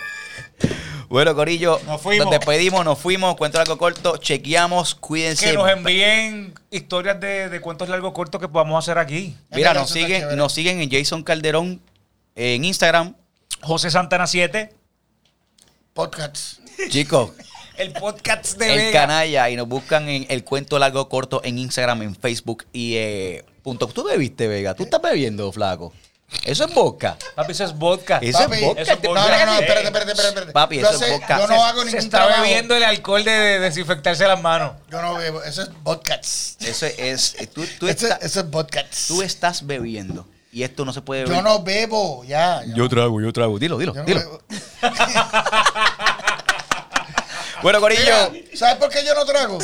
S1: Bueno, Corillo,
S3: Nos fuimos.
S1: despedimos, nos fuimos. Cuento algo corto, chequeamos, cuídense.
S3: Que nos envíen historias de, de cuentos largos cortos que podamos hacer aquí.
S1: Mira,
S2: Eso
S1: nos
S2: está
S1: siguen,
S2: chévere.
S1: nos siguen en Jason Calderón en Instagram.
S3: José Santana 7,
S2: Podcasts.
S1: Chicos,
S3: el podcast de
S1: el
S3: Este Vega.
S1: canalla y nos buscan en el cuento largo corto en Instagram, en Facebook y eh, punto. ¿Tú bebiste, Vega? ¿Tú estás bebiendo, flaco? Eso es boca.
S3: Papi, eso es vodka.
S1: Eso es vodka.
S3: eso es
S2: no, no,
S3: vodka.
S2: no,
S3: Sí.
S2: espérate, espérate, espérate. espérate.
S1: Papi,
S2: yo
S1: eso es vodka.
S2: Yo no
S1: Se-
S2: hago
S3: Se
S2: ningún
S3: está
S2: trabajo.
S3: bebiendo el alcohol de, de desinfectarse las manos.
S2: Yo no bebo, eso es podcasts.
S1: Eso es. Tú, tú
S2: Eso,
S1: estás-
S2: eso es podcasts.
S1: tú estás bebiendo y esto no se puede beber.
S2: Yo no bebo, ya. ya.
S1: Yo trago, yo trago. Dilo, dilo,
S2: Yo no
S1: dilo.
S2: bebo.
S1: Bueno, Corillo.
S2: Mira, ¿Sabes por qué yo no trago?